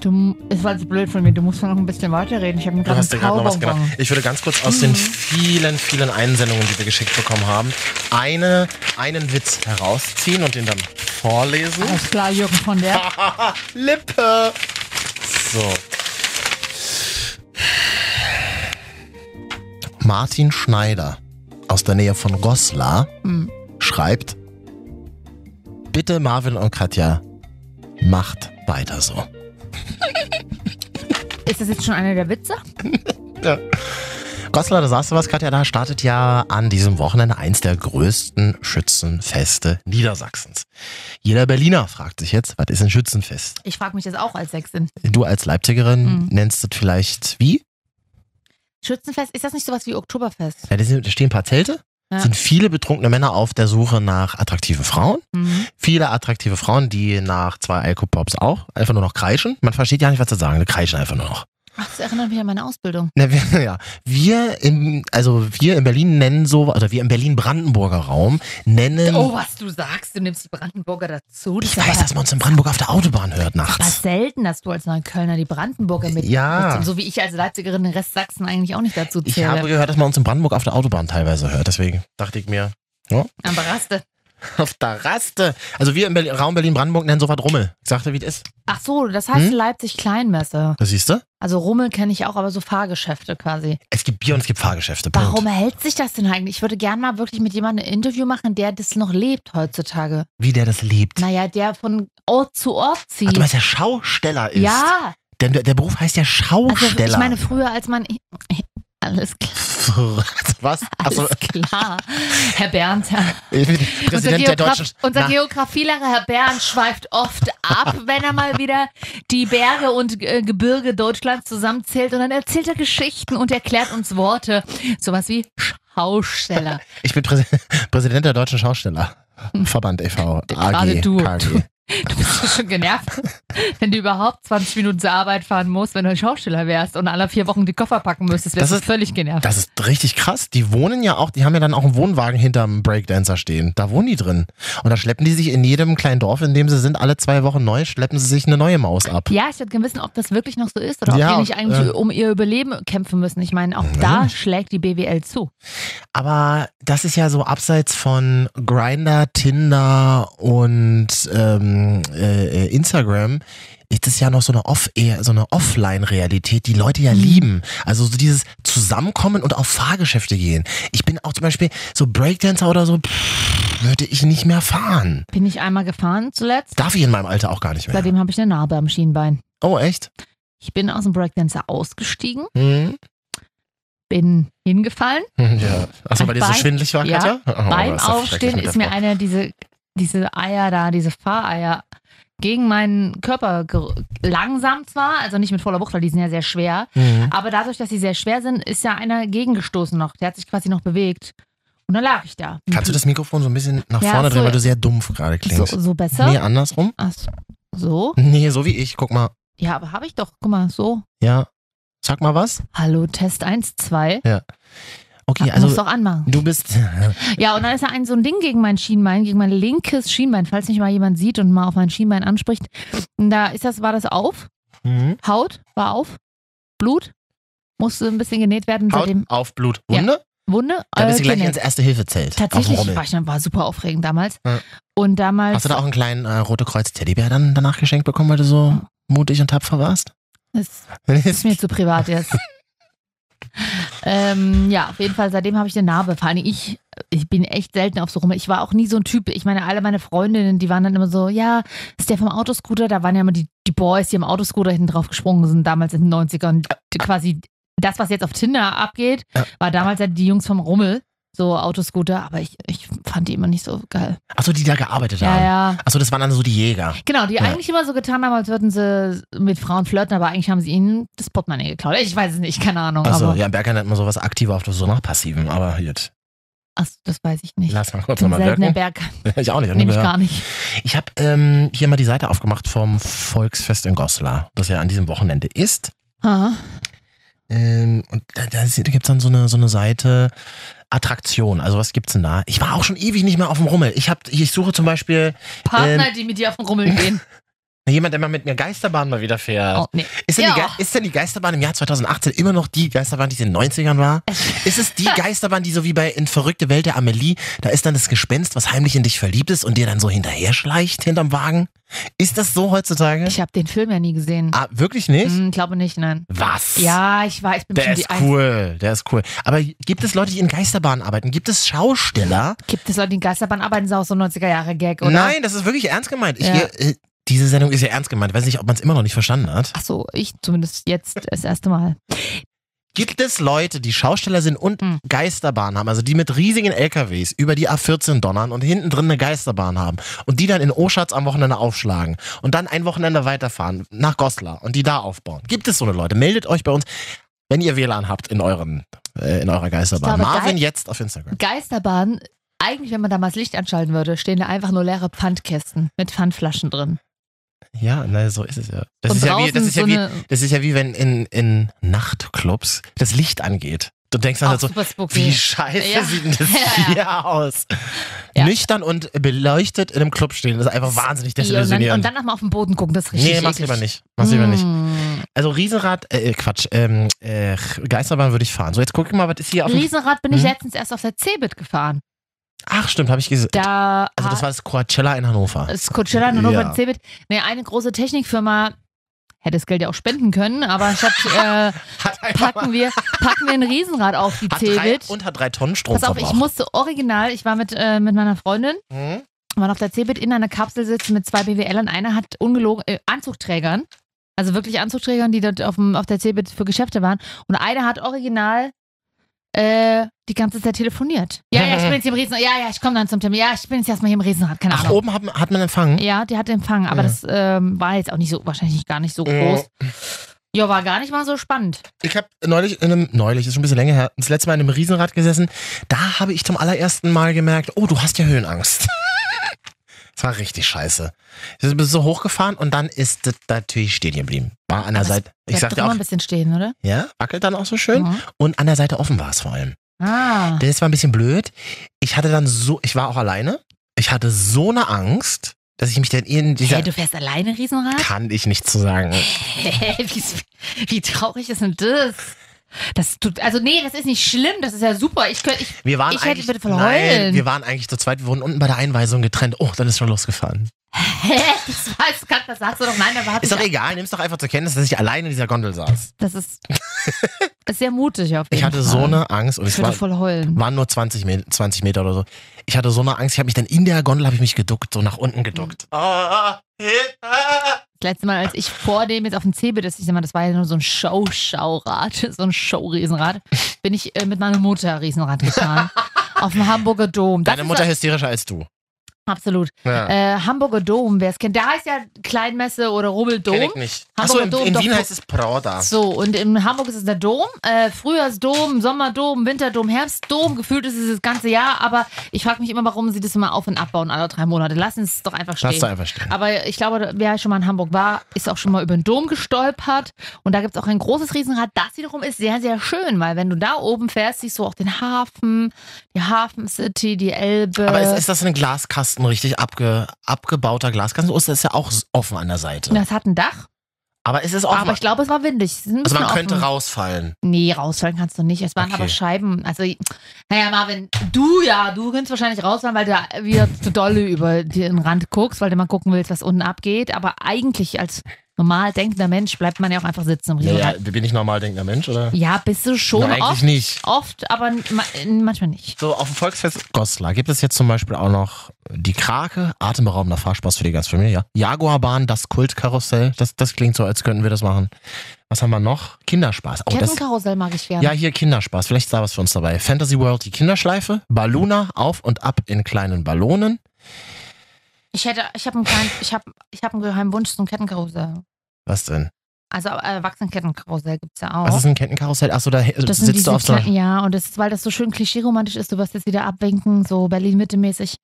Speaker 2: Du, m- es war jetzt blöd von mir, du musst noch ein bisschen weiterreden. Ich habe mir gerade einen
Speaker 8: grad
Speaker 2: Zauberbon.
Speaker 8: Ich würde ganz kurz aus den vielen, vielen Einsendungen, die wir geschickt bekommen haben, eine, einen Witz herausziehen und den dann vorlesen. Ah.
Speaker 2: Alles klar, Jürgen von der.
Speaker 8: Lippe! So. Martin Schneider aus der Nähe von Goslar
Speaker 2: Hm.
Speaker 8: schreibt, bitte Marvin und Katja, macht weiter so.
Speaker 2: Ist das jetzt schon einer der Witze?
Speaker 8: Ja. Goslar, da sagst du was, Katja, da startet ja an diesem Wochenende eins der größten Schützenfeste Niedersachsens. Jeder Berliner fragt sich jetzt, was ist ein Schützenfest?
Speaker 2: Ich frage mich das auch als Sechsin.
Speaker 8: Du als Leipzigerin
Speaker 2: Mhm.
Speaker 8: nennst es vielleicht wie?
Speaker 2: Schützenfest, ist das nicht sowas wie Oktoberfest?
Speaker 8: Ja, da, sind, da stehen ein paar Zelte,
Speaker 2: Ja.
Speaker 8: sind viele betrunkene Männer auf der Suche nach attraktiven Frauen.
Speaker 2: Mhm.
Speaker 8: Viele attraktive Frauen, die nach zwei Alkopops auch einfach nur noch kreischen. Man versteht ja nicht, was sie sagen, die kreischen einfach nur noch.
Speaker 2: Ach, das erinnert mich an meine Ausbildung.
Speaker 8: Na, wir, ja, wir im, also wir in Berlin nennen so, oder wir im Berlin-Brandenburger Raum nennen.
Speaker 2: oh, was du sagst, du nimmst die Brandenburger dazu. Das
Speaker 8: Ich
Speaker 2: ist aber-
Speaker 8: weiß, dass man uns in Brandenburg auf der Autobahn hört
Speaker 2: war
Speaker 8: nachts.
Speaker 2: selten, dass du als Neuköllner die Brandenburger mit.
Speaker 8: Ja.
Speaker 2: So wie ich als Leipzigerin den Rest Sachsen eigentlich auch nicht dazu
Speaker 8: Ich habe
Speaker 2: zähle.
Speaker 8: gehört, dass man uns in Brandenburg auf der Autobahn teilweise hört. Deswegen dachte ich mir, ja,
Speaker 2: Aber raste.
Speaker 8: auf der Raste. Also wir im Berlin, Raum Berlin-Brandenburg nennen sowas Rummel. Ich sagte, wie es ist.
Speaker 2: Ach so, das heißt
Speaker 8: Hm?
Speaker 2: Leipzig Kleinmesse.
Speaker 8: Das siehst du?
Speaker 2: Also Rummel kenne ich auch, aber so Fahrgeschäfte quasi.
Speaker 8: Es gibt Bier und es gibt Fahrgeschäfte. Punkt.
Speaker 2: Warum hält sich das denn eigentlich? Ich würde gerne mal wirklich mit jemandem ein Interview machen, der das noch lebt heutzutage.
Speaker 8: Wie der das lebt.
Speaker 2: Naja, der von Ort zu Ort
Speaker 8: Ach,
Speaker 2: zieht.
Speaker 8: du meinst, der Schausteller ist.
Speaker 2: ja,
Speaker 8: Denn der, der Beruf heißt ja
Speaker 2: also
Speaker 8: Schausteller.
Speaker 2: ich meine, früher als man. Alles klar,
Speaker 8: Was? Achso,
Speaker 2: alles klar. Herr Bernd, Herr
Speaker 8: ich bin Präsident der
Speaker 2: unser Geograf-
Speaker 8: deutschen.
Speaker 2: Unser
Speaker 8: Na,
Speaker 2: Geografielehrer Herr Bernd schweift oft ab, wenn er mal wieder die Berge und äh, Gebirge Deutschlands zusammenzählt und dann erzählt er Geschichten und erklärt uns Worte. Sowas wie Schausteller.
Speaker 8: ich bin Präse Präsident der deutschen Schausteller. Verband E e.V.
Speaker 2: Hm. Gerade
Speaker 8: AG,
Speaker 2: du.
Speaker 8: KG.
Speaker 2: Du bist ja schon genervt, wenn du überhaupt 20 Minuten zur Arbeit fahren musst, wenn du ein Schausteller wärst und alle vier Wochen die Koffer packen müsstest, wärst
Speaker 8: Das
Speaker 2: du
Speaker 8: ist-
Speaker 2: völlig genervt.
Speaker 8: Das ist richtig krass. Die wohnen ja auch, die haben ja dann auch einen Wohnwagen hinterm Breakdancer stehen. Da wohnen die drin. Und da schleppen die sich in jedem kleinen Dorf, in dem sie sind, alle zwei Wochen neu, schleppen sie sich eine neue Maus ab.
Speaker 2: Ja, ich hätte gerne wissen, ob das wirklich noch so ist oder
Speaker 8: Ja,
Speaker 2: ob die nicht eigentlich
Speaker 8: äh,
Speaker 2: um ihr Überleben kämpfen müssen. Ich meine, auch da schlägt die BWL zu.
Speaker 8: Aber das ist ja so abseits von Grinder, Tinder und ähm, äh, äh, Instagram. Ist es ja noch so eine Off eher so eine Offline-Realität, die Leute ja lieben. Also so dieses Zusammenkommen und auf Fahrgeschäfte gehen. Ich bin auch zum Beispiel so Breakdancer oder so pff, würde ich nicht mehr fahren.
Speaker 2: Bin ich einmal gefahren zuletzt?
Speaker 8: Darf ich in meinem Alter auch gar nicht mehr.
Speaker 2: Seitdem habe ich eine Narbe am Schienbein.
Speaker 8: Oh, echt?
Speaker 2: Ich bin aus dem Breakdancer ausgestiegen,
Speaker 8: Hm?
Speaker 2: bin hingefallen.
Speaker 8: Ja. Achso, weil dir so
Speaker 2: Bein-
Speaker 8: schwindelig war,
Speaker 2: ja,
Speaker 8: Katja? Oh,
Speaker 2: Beim
Speaker 8: das ist ja
Speaker 2: Aufstehen
Speaker 8: schrecklich mit
Speaker 2: ist
Speaker 8: der
Speaker 2: mir
Speaker 8: Frau.
Speaker 2: einer diese, diese Eier da, diese Fahreier gegen meinen Körper ger- langsam zwar, also nicht mit voller Wucht, weil die sind ja sehr schwer,
Speaker 8: Mhm.
Speaker 2: aber dadurch, dass sie sehr schwer sind, ist ja einer gegengestoßen noch. Der hat sich quasi noch bewegt. Und dann lag ich da.
Speaker 8: Kannst du das Mikrofon so ein bisschen nach
Speaker 2: Ja,
Speaker 8: vorne
Speaker 2: so-
Speaker 8: drehen, weil du sehr dumpf gerade klingst?
Speaker 2: so, so besser?
Speaker 8: Nee, andersrum?
Speaker 2: Ach so. so?
Speaker 8: Nee, so wie ich. Guck mal.
Speaker 2: Ja, aber habe ich doch. Guck mal, so.
Speaker 8: Ja. Sag mal was.
Speaker 2: Hallo, Test 1, 2.
Speaker 8: Okay,
Speaker 2: Muss
Speaker 8: also
Speaker 2: doch anmachen.
Speaker 8: du bist.
Speaker 2: Ja, und dann ist da ein so ein Ding gegen mein Schienbein, gegen mein linkes Schienbein, falls mich mal jemand sieht und mal auf mein Schienbein anspricht. Und da ist das, war das auf?
Speaker 8: Mhm.
Speaker 2: Haut war auf? Blut? Musste ein bisschen genäht werden
Speaker 8: Haut
Speaker 2: seitdem.
Speaker 8: auf Blut. Wunde?
Speaker 2: Wunde?
Speaker 8: Da bist du
Speaker 2: Äh,
Speaker 8: gleich ins
Speaker 2: genäht.
Speaker 8: Erste-Hilfe-Zelt.
Speaker 2: Tatsächlich
Speaker 8: Auf dem
Speaker 2: war
Speaker 8: Rommel.
Speaker 2: ich dann, war super aufregend damals.
Speaker 8: Ja.
Speaker 2: Und damals,
Speaker 8: Hast du da auch einen kleinen äh, Rote Kreuz-Teddybär dann danach geschenkt bekommen, weil du so mutig und tapfer warst?
Speaker 2: das ist mir zu privat jetzt. ähm, ja, auf jeden Fall, seitdem habe ich eine Narbe. Vor allem ich, ich bin echt selten auf so rum. Ich war auch nie so ein Typ. Ich meine, alle meine Freundinnen, die waren dann immer so, ja, ist der vom Autoscooter? Da waren ja immer die, die Boys, die am Autoscooter hinten drauf gesprungen sind, damals in den 90ern. Die- Quasi das, was jetzt auf Tinder abgeht, war damals ja die Jungs vom Rummel. So Autoscooter, aber ich, ich fand die immer nicht so geil.
Speaker 8: Achso, die da gearbeitet
Speaker 2: Ja,
Speaker 8: haben.
Speaker 2: ja.
Speaker 8: Achso, das waren dann so die Jäger.
Speaker 2: Genau, die
Speaker 8: Ja.
Speaker 2: eigentlich immer so getan haben, als würden sie mit Frauen flirten, aber eigentlich haben sie ihnen das Portemonnaie geklaut. Ich weiß es nicht, keine Ahnung.
Speaker 8: Achso,
Speaker 2: aber,
Speaker 8: ja, Berger nennt man sowas aktiver auf so nach passivem, aber jetzt.
Speaker 2: Ach, das weiß ich nicht.
Speaker 8: Lass mal kurz
Speaker 2: Zum
Speaker 8: nochmal
Speaker 2: seltenen
Speaker 8: wirken.
Speaker 2: Berg
Speaker 8: Ich auch nicht. hab nie
Speaker 2: nehme ich
Speaker 8: gehört.
Speaker 2: gar nicht.
Speaker 8: Ich habe ähm, hier mal die Seite aufgemacht vom Volksfest in Goslar, das ja an diesem Wochenende ist.
Speaker 2: Aha.
Speaker 8: Ähm, und da, da gibt es dann so eine, so eine Seite Attraktion. Also was gibt's denn da? Ich war auch schon ewig nicht mehr auf dem Rummel. Ich, hab, ich suche zum Beispiel,
Speaker 2: Partner, die mit dir auf den Rummel gehen.
Speaker 8: Na, Jemand, der mal mit mir Geisterbahn mal wieder fährt.
Speaker 2: Oh, nee.
Speaker 8: ist, denn die
Speaker 2: Ja.
Speaker 8: Ge- ist denn die Geisterbahn im Jahr 2018 immer noch die Geisterbahn, die in den 90ern war? ist es die Geisterbahn, die so wie bei In verrückte Welt der Amelie, da ist dann das Gespenst, was heimlich in dich verliebt ist und dir dann so hinterher schleicht hinterm Wagen? Ist das so heutzutage?
Speaker 2: Ich habe den Film ja nie gesehen.
Speaker 8: ah, wirklich nicht?
Speaker 2: Hm, glaube nicht, nein.
Speaker 8: Was?
Speaker 2: Ja, ich weiß, ich bin
Speaker 8: Der
Speaker 2: schon
Speaker 8: ist
Speaker 2: die Einzige.
Speaker 8: cool, der ist cool. Aber gibt es Leute, die in Geisterbahnen arbeiten? Gibt es Schausteller?
Speaker 2: Gibt es Leute, die in Geisterbahn arbeiten, ist auch so ein 90er-Jahre-Gag, oder?
Speaker 8: Nein, das ist wirklich ernst gemeint. Ich,
Speaker 2: Ja.
Speaker 8: äh, diese Sendung ist ja ernst gemeint. Ich weiß nicht, ob man es immer noch nicht verstanden hat.
Speaker 2: Ach so, ich zumindest jetzt das erste Mal.
Speaker 8: Gibt es Leute, die Schausteller sind und
Speaker 2: Hm.
Speaker 8: Geisterbahn haben, also die mit riesigen LKWs über die A14 donnern und hinten drin eine Geisterbahn haben und die dann in Oschatz am Wochenende aufschlagen und dann ein Wochenende weiterfahren nach Goslar und die da aufbauen? Gibt es so eine Leute? Meldet euch bei uns, wenn ihr WLAN habt in euren äh, in eurer Geisterbahn.
Speaker 2: Ich glaube,
Speaker 8: Marvin
Speaker 2: Gei-
Speaker 8: jetzt auf Instagram.
Speaker 2: Geisterbahn, eigentlich, wenn man da mal das Licht anschalten würde, stehen da einfach nur leere Pfandkästen mit Pfandflaschen drin.
Speaker 8: Ja, na, so ist es ja. Das
Speaker 2: Und
Speaker 8: ist ja, wie, das,
Speaker 2: draußen
Speaker 8: ist ja
Speaker 2: so
Speaker 8: wie,
Speaker 2: eine-
Speaker 8: das ist ja wie wenn in, in Nachtclubs das Licht angeht. Du denkst dann
Speaker 2: Auch
Speaker 8: halt so,
Speaker 2: super spooky.
Speaker 8: wie scheiße
Speaker 2: Ja.
Speaker 8: sieht denn das
Speaker 2: Ja.
Speaker 8: hier aus? Nüchtern und beleuchtet in einem Club stehen, das ist einfach wahnsinnig
Speaker 2: und dann, und
Speaker 8: desillusionierend.
Speaker 2: dann nochmal auf den Boden gucken, das ist richtig.
Speaker 8: Nee, mach's
Speaker 2: eklig.
Speaker 8: lieber nicht. Mach's lieber nicht.
Speaker 2: Mm.
Speaker 8: Also Riesenrad, äh, Quatsch, ähm, äh, Geisterbahn würde ich fahren. So, jetzt guck ich mal, was ist hier auf dem...
Speaker 2: Riesenrad bin ich
Speaker 8: Hm?
Speaker 2: letztens erst auf der Cebit gefahren.
Speaker 8: Ach, stimmt, habe ich gesehen.
Speaker 2: Da
Speaker 8: Also das war das Coachella in Hannover.
Speaker 2: Das Coachella in Hannover
Speaker 8: Ja.
Speaker 2: ja. Cebit. Nee, eine große Technikfirma hätte das Geld ja auch spenden können, aber statt äh, packen, wir, packen wir ein Riesenrad auf die
Speaker 8: Hat drei,
Speaker 2: Cebit.
Speaker 8: und hat drei Tonnen Strom
Speaker 2: Pass auf, ich
Speaker 8: verbraucht.
Speaker 2: musste original, ich war mit, äh, mit meiner Freundin,
Speaker 8: Hm?
Speaker 2: waren auf der Cebit in einer Kapsel sitzen mit zwei BWLern. Einer hat ungelogen äh, Anzugträgern, also wirklich Anzugträgern, die dort auf, dem, auf der Cebit für Geschäfte waren. Und einer hat original äh, die ganze Zeit telefoniert. Ja, ja, ich bin jetzt hier im Riesenrad. Ja, ja, ich komme dann zum Termin. Ja, ich bin jetzt erstmal hier im Riesenrad. Keine
Speaker 8: Ach,
Speaker 2: Ahnung.
Speaker 8: oben hat, hat man empfangen?
Speaker 2: Ja, die hat Empfang,
Speaker 8: Ja.
Speaker 2: aber das ähm, war jetzt auch nicht so, wahrscheinlich gar nicht so groß. Ja, war gar nicht mal so spannend.
Speaker 8: Ich habe neulich in einem, neulich ist schon ein bisschen länger her, das letzte Mal in einem Riesenrad gesessen. Da habe ich zum allerersten Mal gemerkt, oh, du hast ja Höhenangst. das war richtig scheiße. Du bist so hochgefahren und dann ist das natürlich stehen geblieben. War an der Seite, ich
Speaker 2: Bleibt doch
Speaker 8: sagte
Speaker 2: immer
Speaker 8: auch, Hm?
Speaker 2: ein bisschen stehen, oder?
Speaker 8: ja, wackelt dann auch so schön. Und an der Seite offen war es vor allem.
Speaker 2: Ah.
Speaker 8: Das war ein bisschen blöd. Ich hatte dann so, ich war auch alleine. Ich hatte so eine Angst, dass ich mich dann in dieser,
Speaker 2: Hey, du fährst alleine Riesenrad?
Speaker 8: kann ich nicht zu sagen.
Speaker 2: Hä, wie, wie traurig ist denn das? Das tut, also nee, das ist nicht schlimm, das ist ja super. Ich, könnt, ich,
Speaker 8: Wir waren
Speaker 2: ich
Speaker 8: eigentlich,
Speaker 2: hätte bitte
Speaker 8: nein,
Speaker 2: verheulen.
Speaker 8: wir waren eigentlich zu zweit. Wir wurden unten bei der Einweisung getrennt. Oh, dann ist schon losgefahren.
Speaker 2: Hä, das war jetzt gerade, das sagst du doch, nein, da war
Speaker 8: Ist doch egal, nimm's doch einfach zur Kenntnis, dass ich alleine in dieser Gondel saß.
Speaker 2: Das ist, ist sehr mutig auf jeden
Speaker 8: Ich hatte
Speaker 2: Fall.
Speaker 8: so eine Angst und
Speaker 2: Ich
Speaker 8: es
Speaker 2: würde
Speaker 8: war,
Speaker 2: voll heulen.
Speaker 8: waren nur 20 Meter, 20 Meter oder so. Ich hatte so eine Angst, ich habe mich dann in der Gondel habe ich mich geduckt, so nach unten
Speaker 2: Mhm.
Speaker 8: geduckt. Ah,
Speaker 2: Das letzte Mal, als ich vor dem jetzt auf dem Cebit, das, ich sag mal, das war ja nur so ein Show-Schaurad, so ein Show-Riesenrad, bin ich äh, mit meiner Mutter Riesenrad gefahren. auf dem Hamburger Dom. Das
Speaker 8: Deine
Speaker 2: ist
Speaker 8: Mutter
Speaker 2: ja-
Speaker 8: hysterischer als du.
Speaker 2: Absolut.
Speaker 8: Ja.
Speaker 2: Äh, Hamburger Dom, wer es kennt, der heißt ja Kleinmesse oder Rummeldom.
Speaker 8: Kenn ich nicht. Achso,
Speaker 2: Hamburger
Speaker 8: in,
Speaker 2: Dom,
Speaker 8: in
Speaker 2: doch,
Speaker 8: Wien
Speaker 2: doch.
Speaker 8: heißt es Prada.
Speaker 2: So, und in Hamburg ist es der Dom. Äh, Frühjahrsdom, Sommerdom, Winterdom, Herbstdom. Gefühlt ist es das ganze Jahr, aber ich frage mich immer, warum sie das immer auf- und abbauen alle drei Monate. Lassen es doch einfach stehen.
Speaker 8: Lass doch einfach stehen.
Speaker 2: Aber ich glaube, wer schon mal in Hamburg war, ist auch schon mal über den Dom gestolpert. Und da gibt es auch ein großes Riesenrad. Das wiederum ist sehr, sehr schön, weil wenn du da oben fährst, siehst du auch den Hafen, die Hafen City, die Elbe.
Speaker 8: Aber ist, ist das ein Glaskasten, richtig abge, abgebauter Glaskasten? Oder ist das ja auch s- offen an der Seite?
Speaker 2: das hat ein Dach,
Speaker 8: Aber ist es offen?
Speaker 2: aber ich glaube, es war windig. Es ist ein
Speaker 8: also man
Speaker 2: bisschen
Speaker 8: könnte
Speaker 2: offen.
Speaker 8: rausfallen.
Speaker 2: Nee, rausfallen kannst du nicht. Es waren
Speaker 8: Okay.
Speaker 2: aber Scheiben. Also, naja, Marvin, du ja, du kannst wahrscheinlich rausfallen, weil du da wieder zu dolle über den Rand guckst, weil du mal gucken willst, was unten abgeht. Aber eigentlich als normal denkender Mensch bleibt man ja auch einfach sitzen im
Speaker 8: Ja,
Speaker 2: Riesenrad.
Speaker 8: ja, bin ich normal denkender Mensch, oder?
Speaker 2: Ja, bist du schon
Speaker 8: Na, eigentlich
Speaker 2: oft.
Speaker 8: nicht.
Speaker 2: Oft, aber ma manchmal nicht.
Speaker 8: So, auf dem Volksfest Goslar gibt es jetzt zum Beispiel auch noch die Krake, atemberaubender Fahrspaß für die ganze Familie, ja. Jaguarbahn, das Kultkarussell, das, das klingt so, als könnten wir das machen. Was haben wir noch? Kinderspaß. Oh, das,
Speaker 2: Kettenkarussell mag ich gerne.
Speaker 8: ja, hier Kinderspaß, vielleicht ist da was für uns dabei. Fantasy World, die Kinderschleife, Balluna, auf und ab in kleinen Ballonen.
Speaker 2: Ich hätte, ich habe einen kleinen, ich habe, ich habe einen geheimen Wunsch zum Kettenkarussell.
Speaker 8: Was denn?
Speaker 2: Also äh, Erwachsenenkettenkarussell gibt es ja auch.
Speaker 8: Was ist ein Kettenkarussell? Achso, da äh,
Speaker 2: Oh. Das sind
Speaker 8: sitzt
Speaker 2: diese
Speaker 8: du auf so einer...
Speaker 2: kleinen, ja, und das ist, weil das so schön klischee-romantisch ist, du wirst jetzt wieder abwinken, so Berlin-Mitte-mäßig.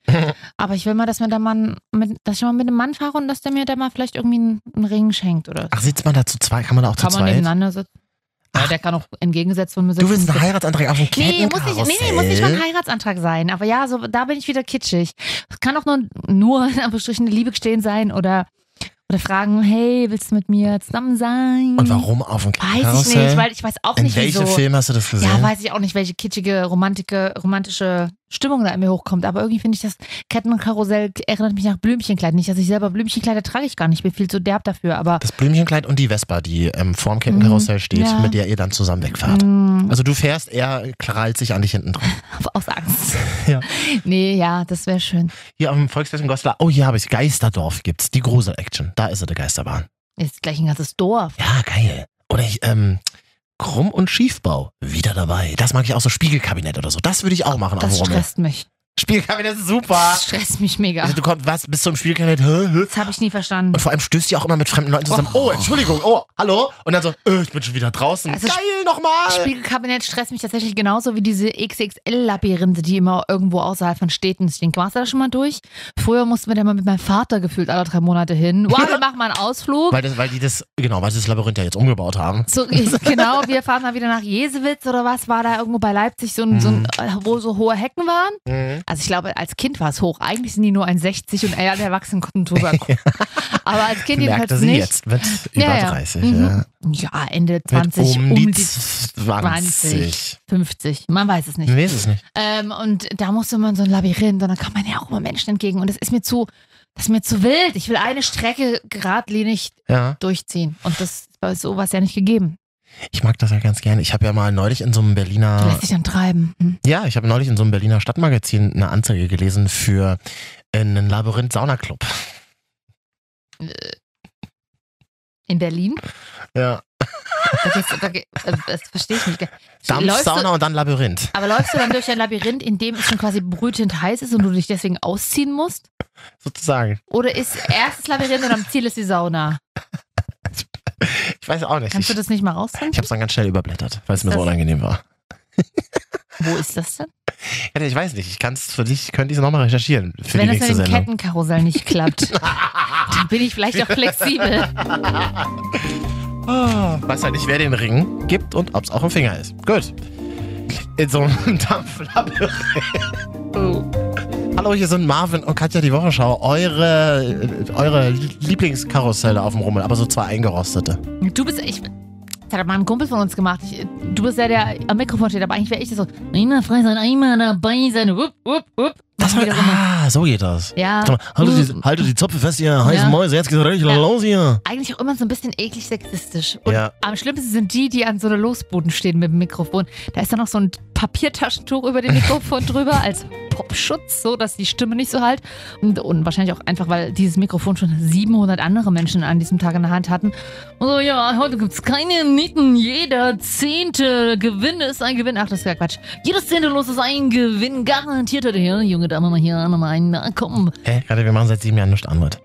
Speaker 2: Aber ich will mal, dass mir der Mann, mit, dass ich mal mit einem Mann fahre und dass der mir da mal vielleicht irgendwie einen, einen Ring schenkt oder
Speaker 8: Ach, sitzt man da zu zweit? Kann man da auch
Speaker 2: kann
Speaker 8: zu
Speaker 2: man
Speaker 8: zweit?
Speaker 2: nebeneinander sitzen. Ja, der kann auch entgegengesetzt von mir sitzen.
Speaker 8: Du willst einen Heiratsantrag auf ein
Speaker 2: Nee, muss nicht,
Speaker 8: Kettenkarussell?
Speaker 2: nee, nee, muss nicht mal ein Heiratsantrag sein. Aber ja, so, da bin ich wieder kitschig. Es kann auch nur, nur in Anführungsstrichen, eine Liebe gestehen sein oder, Oder fragen, hey, willst du mit mir zusammen sein?
Speaker 8: Und warum auf dem
Speaker 2: Weiß ich
Speaker 8: Karussell?
Speaker 2: nicht, weil ich weiß auch
Speaker 8: In
Speaker 2: nicht,
Speaker 8: welchem
Speaker 2: wieso.
Speaker 8: Film hast du das gesehen?
Speaker 2: Ja, weiß ich auch nicht, welche kitschige, romantike, romantische Stimmung da in mir hochkommt. Aber irgendwie finde ich das Kettenkarussell erinnert mich nach Blümchenkleid. Nicht, dass ich selber Blümchenkleider trage ich gar nicht. Ich bin viel zu derb dafür. Aber
Speaker 8: Das Blümchenkleid und die Vespa, die ähm, vorm Kettenkarussell
Speaker 2: Mhm.
Speaker 8: steht,
Speaker 2: Ja.
Speaker 8: mit der ihr dann zusammen wegfahrt.
Speaker 2: Mhm.
Speaker 8: Also du fährst, er krallt sich an dich hinten dran.
Speaker 2: aus Angst.
Speaker 8: Ja.
Speaker 2: Nee, ja, das wäre schön.
Speaker 8: Hier am Volksfest in Goslar, oh hier habe ich Geisterdorf gibt's, die Grusel-Action. Da ist sie, die Geisterbahn.
Speaker 2: Jetzt gleich ein ganzes Dorf.
Speaker 8: Ja, geil. Oder ich, ähm, Krumm- und Schiefbau, wieder dabei. Das mag ich auch so, Spiegelkabinett oder so. Das würde ich auch machen
Speaker 2: Das
Speaker 8: am Rummel.
Speaker 2: stresst mich.
Speaker 8: Spiegelkabinett ist super.
Speaker 2: Das stresst mich mega.
Speaker 8: Also du kommst, was, bist du im Spiegelkabinett? Hä, hä?
Speaker 2: Das habe ich nie verstanden.
Speaker 8: Und vor allem stößt ihr auch immer mit fremden Leuten zusammen. Oh, Entschuldigung, oh, hallo. Und dann so, äh, ich bin schon wieder draußen.
Speaker 2: Also
Speaker 8: Geil, nochmal.
Speaker 2: Spiegelkabinett stresst mich tatsächlich genauso wie diese XXL-Labyrinthe, die immer irgendwo außerhalb von Städten stehen. Warst du da schon mal durch? Früher mussten wir da mal mit meinem Vater gefühlt alle drei Monate hin. Wow, wir machen mal einen Ausflug.
Speaker 8: Weil, das, weil die das, genau, weil sie das Labyrinth ja jetzt umgebaut haben.
Speaker 2: So, ich, genau, wir fahren mal wieder nach Jesewitz oder was, war da irgendwo bei Leipzig so ein, so ein äh, wo so hohe Hecken waren.
Speaker 8: Mhm.
Speaker 2: Also ich glaube, als Kind war es hoch. Eigentlich sind die nur 1,60 und alle Erwachsenen konnten drüber gucken. Aber als Kind
Speaker 8: Merkte
Speaker 2: jedenfalls
Speaker 8: sie
Speaker 2: halt nicht.
Speaker 8: jetzt mit über
Speaker 2: Ja, ja.
Speaker 8: 30.
Speaker 2: Mhm.
Speaker 8: Ja.
Speaker 2: Ja, Ende 20,
Speaker 8: Mit um, die 20.
Speaker 2: 20, 50. Man weiß es nicht.
Speaker 8: Nee, ist es nicht.
Speaker 2: Ähm, und da musste man so ein Labyrinth und da kam man ja auch immer Menschen entgegen. Und das ist mir zu, das ist mir zu wild. Ich will eine Strecke geradlinig
Speaker 8: Ja.
Speaker 2: durchziehen. Und das ist bei sowas ja nicht gegeben.
Speaker 8: Ich mag das ja ganz gerne. Ich habe ja mal neulich in so einem
Speaker 2: Du
Speaker 8: Berliner.
Speaker 2: lässt dich dann treiben. Hm.
Speaker 8: Ja, ich habe neulich in so einem Berliner Stadtmagazin eine Anzeige gelesen für äh, einen Labyrinth-Saunaclub.
Speaker 2: In Berlin?
Speaker 8: Ja.
Speaker 2: Da geht's, da geht, äh, das verstehe ich nicht.
Speaker 8: Dampf,
Speaker 2: Läufst
Speaker 8: Sauna
Speaker 2: du,
Speaker 8: und dann Labyrinth.
Speaker 2: aber läufst du dann durch ein Labyrinth, in dem es schon quasi brütend heiß ist und du dich deswegen ausziehen musst?
Speaker 8: Sozusagen.
Speaker 2: Oder ist erstes Labyrinth und am Ziel ist die Sauna?
Speaker 8: Ich weiß auch nicht.
Speaker 2: Kannst du
Speaker 8: Ich,
Speaker 2: das nicht mal rausfinden?
Speaker 8: ich habe es dann ganz schnell überblättert, weil es mir
Speaker 2: Ist
Speaker 8: so
Speaker 2: das-
Speaker 8: unangenehm war.
Speaker 2: Wo ist das denn?
Speaker 8: Ja, ich weiß nicht. Ich kann es für dich, könnte ich es nochmal recherchieren für die
Speaker 2: Wenn das mit
Speaker 8: nächste
Speaker 2: dem
Speaker 8: Sendung.
Speaker 2: Kettenkarussell nicht klappt, dann bin ich vielleicht auch flexibel.
Speaker 8: Ah, Weiß halt nicht, wer den Ring gibt und ob es auch ein Finger ist. Gut. In so einem Dampflabyrinth.
Speaker 2: Oh.
Speaker 8: Hallo, hier sind Marvin und Katja die Wochenschau. Eure, äh, eure Lieblingskarusselle auf dem Rummel, aber so zwei eingerostete.
Speaker 2: Du bist, ich, das hat mal ein Kumpel von uns gemacht. Ich, du bist der, der am Mikrofon steht, aber eigentlich wäre ich das so, immer frei sein, immer dabei sein, wupp, wupp, wupp. Das wieder so eine-
Speaker 8: Ah, so geht das.
Speaker 2: Ja.
Speaker 8: Sag mal, haltet, die, haltet die Zöpfe fest, ihr heißen
Speaker 2: Hm. Ja.
Speaker 8: Mäuse. Jetzt geht's richtig
Speaker 2: Ja.
Speaker 8: los hier.
Speaker 2: Eigentlich auch immer so ein bisschen eklig sexistisch. Und
Speaker 8: Ja.
Speaker 2: am schlimmsten sind die, die an so einer Losbuden stehen mit dem Mikrofon. Da ist dann noch so ein Papiertaschentuch über dem Mikrofon drüber als Popschutz, so dass die Stimme nicht so halt. Und, und wahrscheinlich auch einfach, weil dieses Mikrofon schon 700 andere Menschen an diesem Tag in der Hand hatten. Und so, ja, heute gibt's keine Nieten. Jeder zehnte Gewinn ist ein Gewinn. Ach, das ist ja Quatsch. Jedes zehnte Los ist ein Gewinn. Garantiert heute hier. Junge, da mal hier, da mal einen. Na, komm.
Speaker 8: Hä? Gerade, wir machen seit sieben Jahren nichts anderes.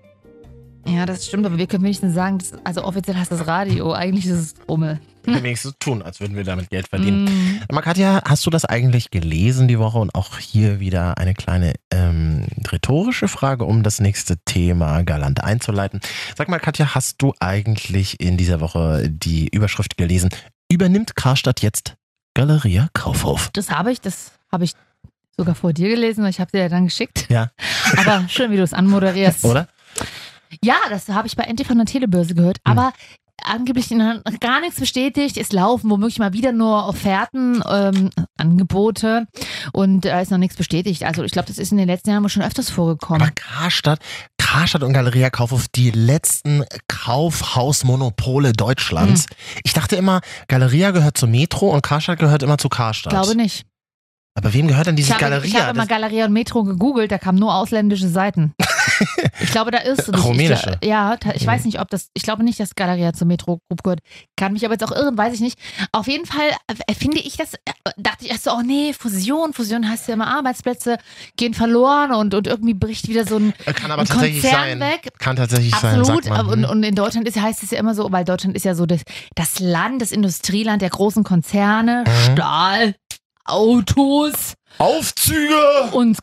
Speaker 2: Ja, das stimmt, aber wir können wenigstens sagen, das, also offiziell heißt das Radio, eigentlich ist es Rummel. Mm,
Speaker 8: Wir wenigstens tun, als würden wir damit Geld
Speaker 2: Mhm.
Speaker 8: verdienen. Aber Katja, hast du das eigentlich gelesen die Woche? Und auch hier wieder eine kleine ähm, rhetorische Frage, um das nächste Thema galant einzuleiten. Sag mal, Katja, hast du eigentlich in dieser Woche die Überschrift gelesen? Übernimmt Karstadt jetzt Galeria Kaufhof?
Speaker 2: Das habe ich, das habe ich sogar vor dir gelesen, weil ich habe dir ja dann geschickt.
Speaker 8: Ja.
Speaker 2: Aber schön, wie du es anmoderierst.
Speaker 8: Oder?
Speaker 2: Ja, das habe ich bei NTV von der Telebörse gehört,
Speaker 8: Hm.
Speaker 2: aber angeblich noch gar nichts bestätigt. Es laufen womöglich mal wieder nur Offerten, ähm, Angebote und da äh, ist noch nichts bestätigt. Also ich glaube, das ist in den letzten Jahren schon öfters vorgekommen.
Speaker 8: Aber Karstadt, Karstadt und Galeria Kaufhof, die letzten Kaufhausmonopole Deutschlands. Ich dachte immer, Galeria gehört zu Metro und Karstadt gehört immer zu
Speaker 2: Ich
Speaker 8: Karstadt.
Speaker 2: glaube nicht.
Speaker 8: Aber wem gehört denn diese
Speaker 2: ich habe,
Speaker 8: Galeria?
Speaker 2: Ich habe mal
Speaker 8: Das-
Speaker 2: Galeria und Metro gegoogelt, da kamen nur ausländische Seiten. ich glaube, da irrst du dich.
Speaker 8: Rumänische. Mhm.
Speaker 2: Ich, gla- ja, ta- ich weiß nicht, ob das, ich glaube nicht, dass Galeria zur Metro Group gehört. Kann mich aber jetzt auch irren, weiß ich nicht. Auf jeden Fall äh, finde ich das, äh, dachte ich erst so, oh nee, Fusion, Fusion heißt ja immer Arbeitsplätze gehen verloren und, und irgendwie bricht wieder so ein,
Speaker 8: äh, Kann aber
Speaker 2: ein
Speaker 8: tatsächlich
Speaker 2: Konzern
Speaker 8: sein.
Speaker 2: weg.
Speaker 8: Kann tatsächlich sein.
Speaker 2: Absolut.
Speaker 8: Sagt man. hm.
Speaker 2: Und, und in Deutschland ist, heißt es ja immer so, weil Deutschland ist ja so das,
Speaker 8: Mhm.
Speaker 2: das Land, das Industrieland der großen Konzerne, Stahl, Autos,
Speaker 8: Aufzüge!
Speaker 2: Und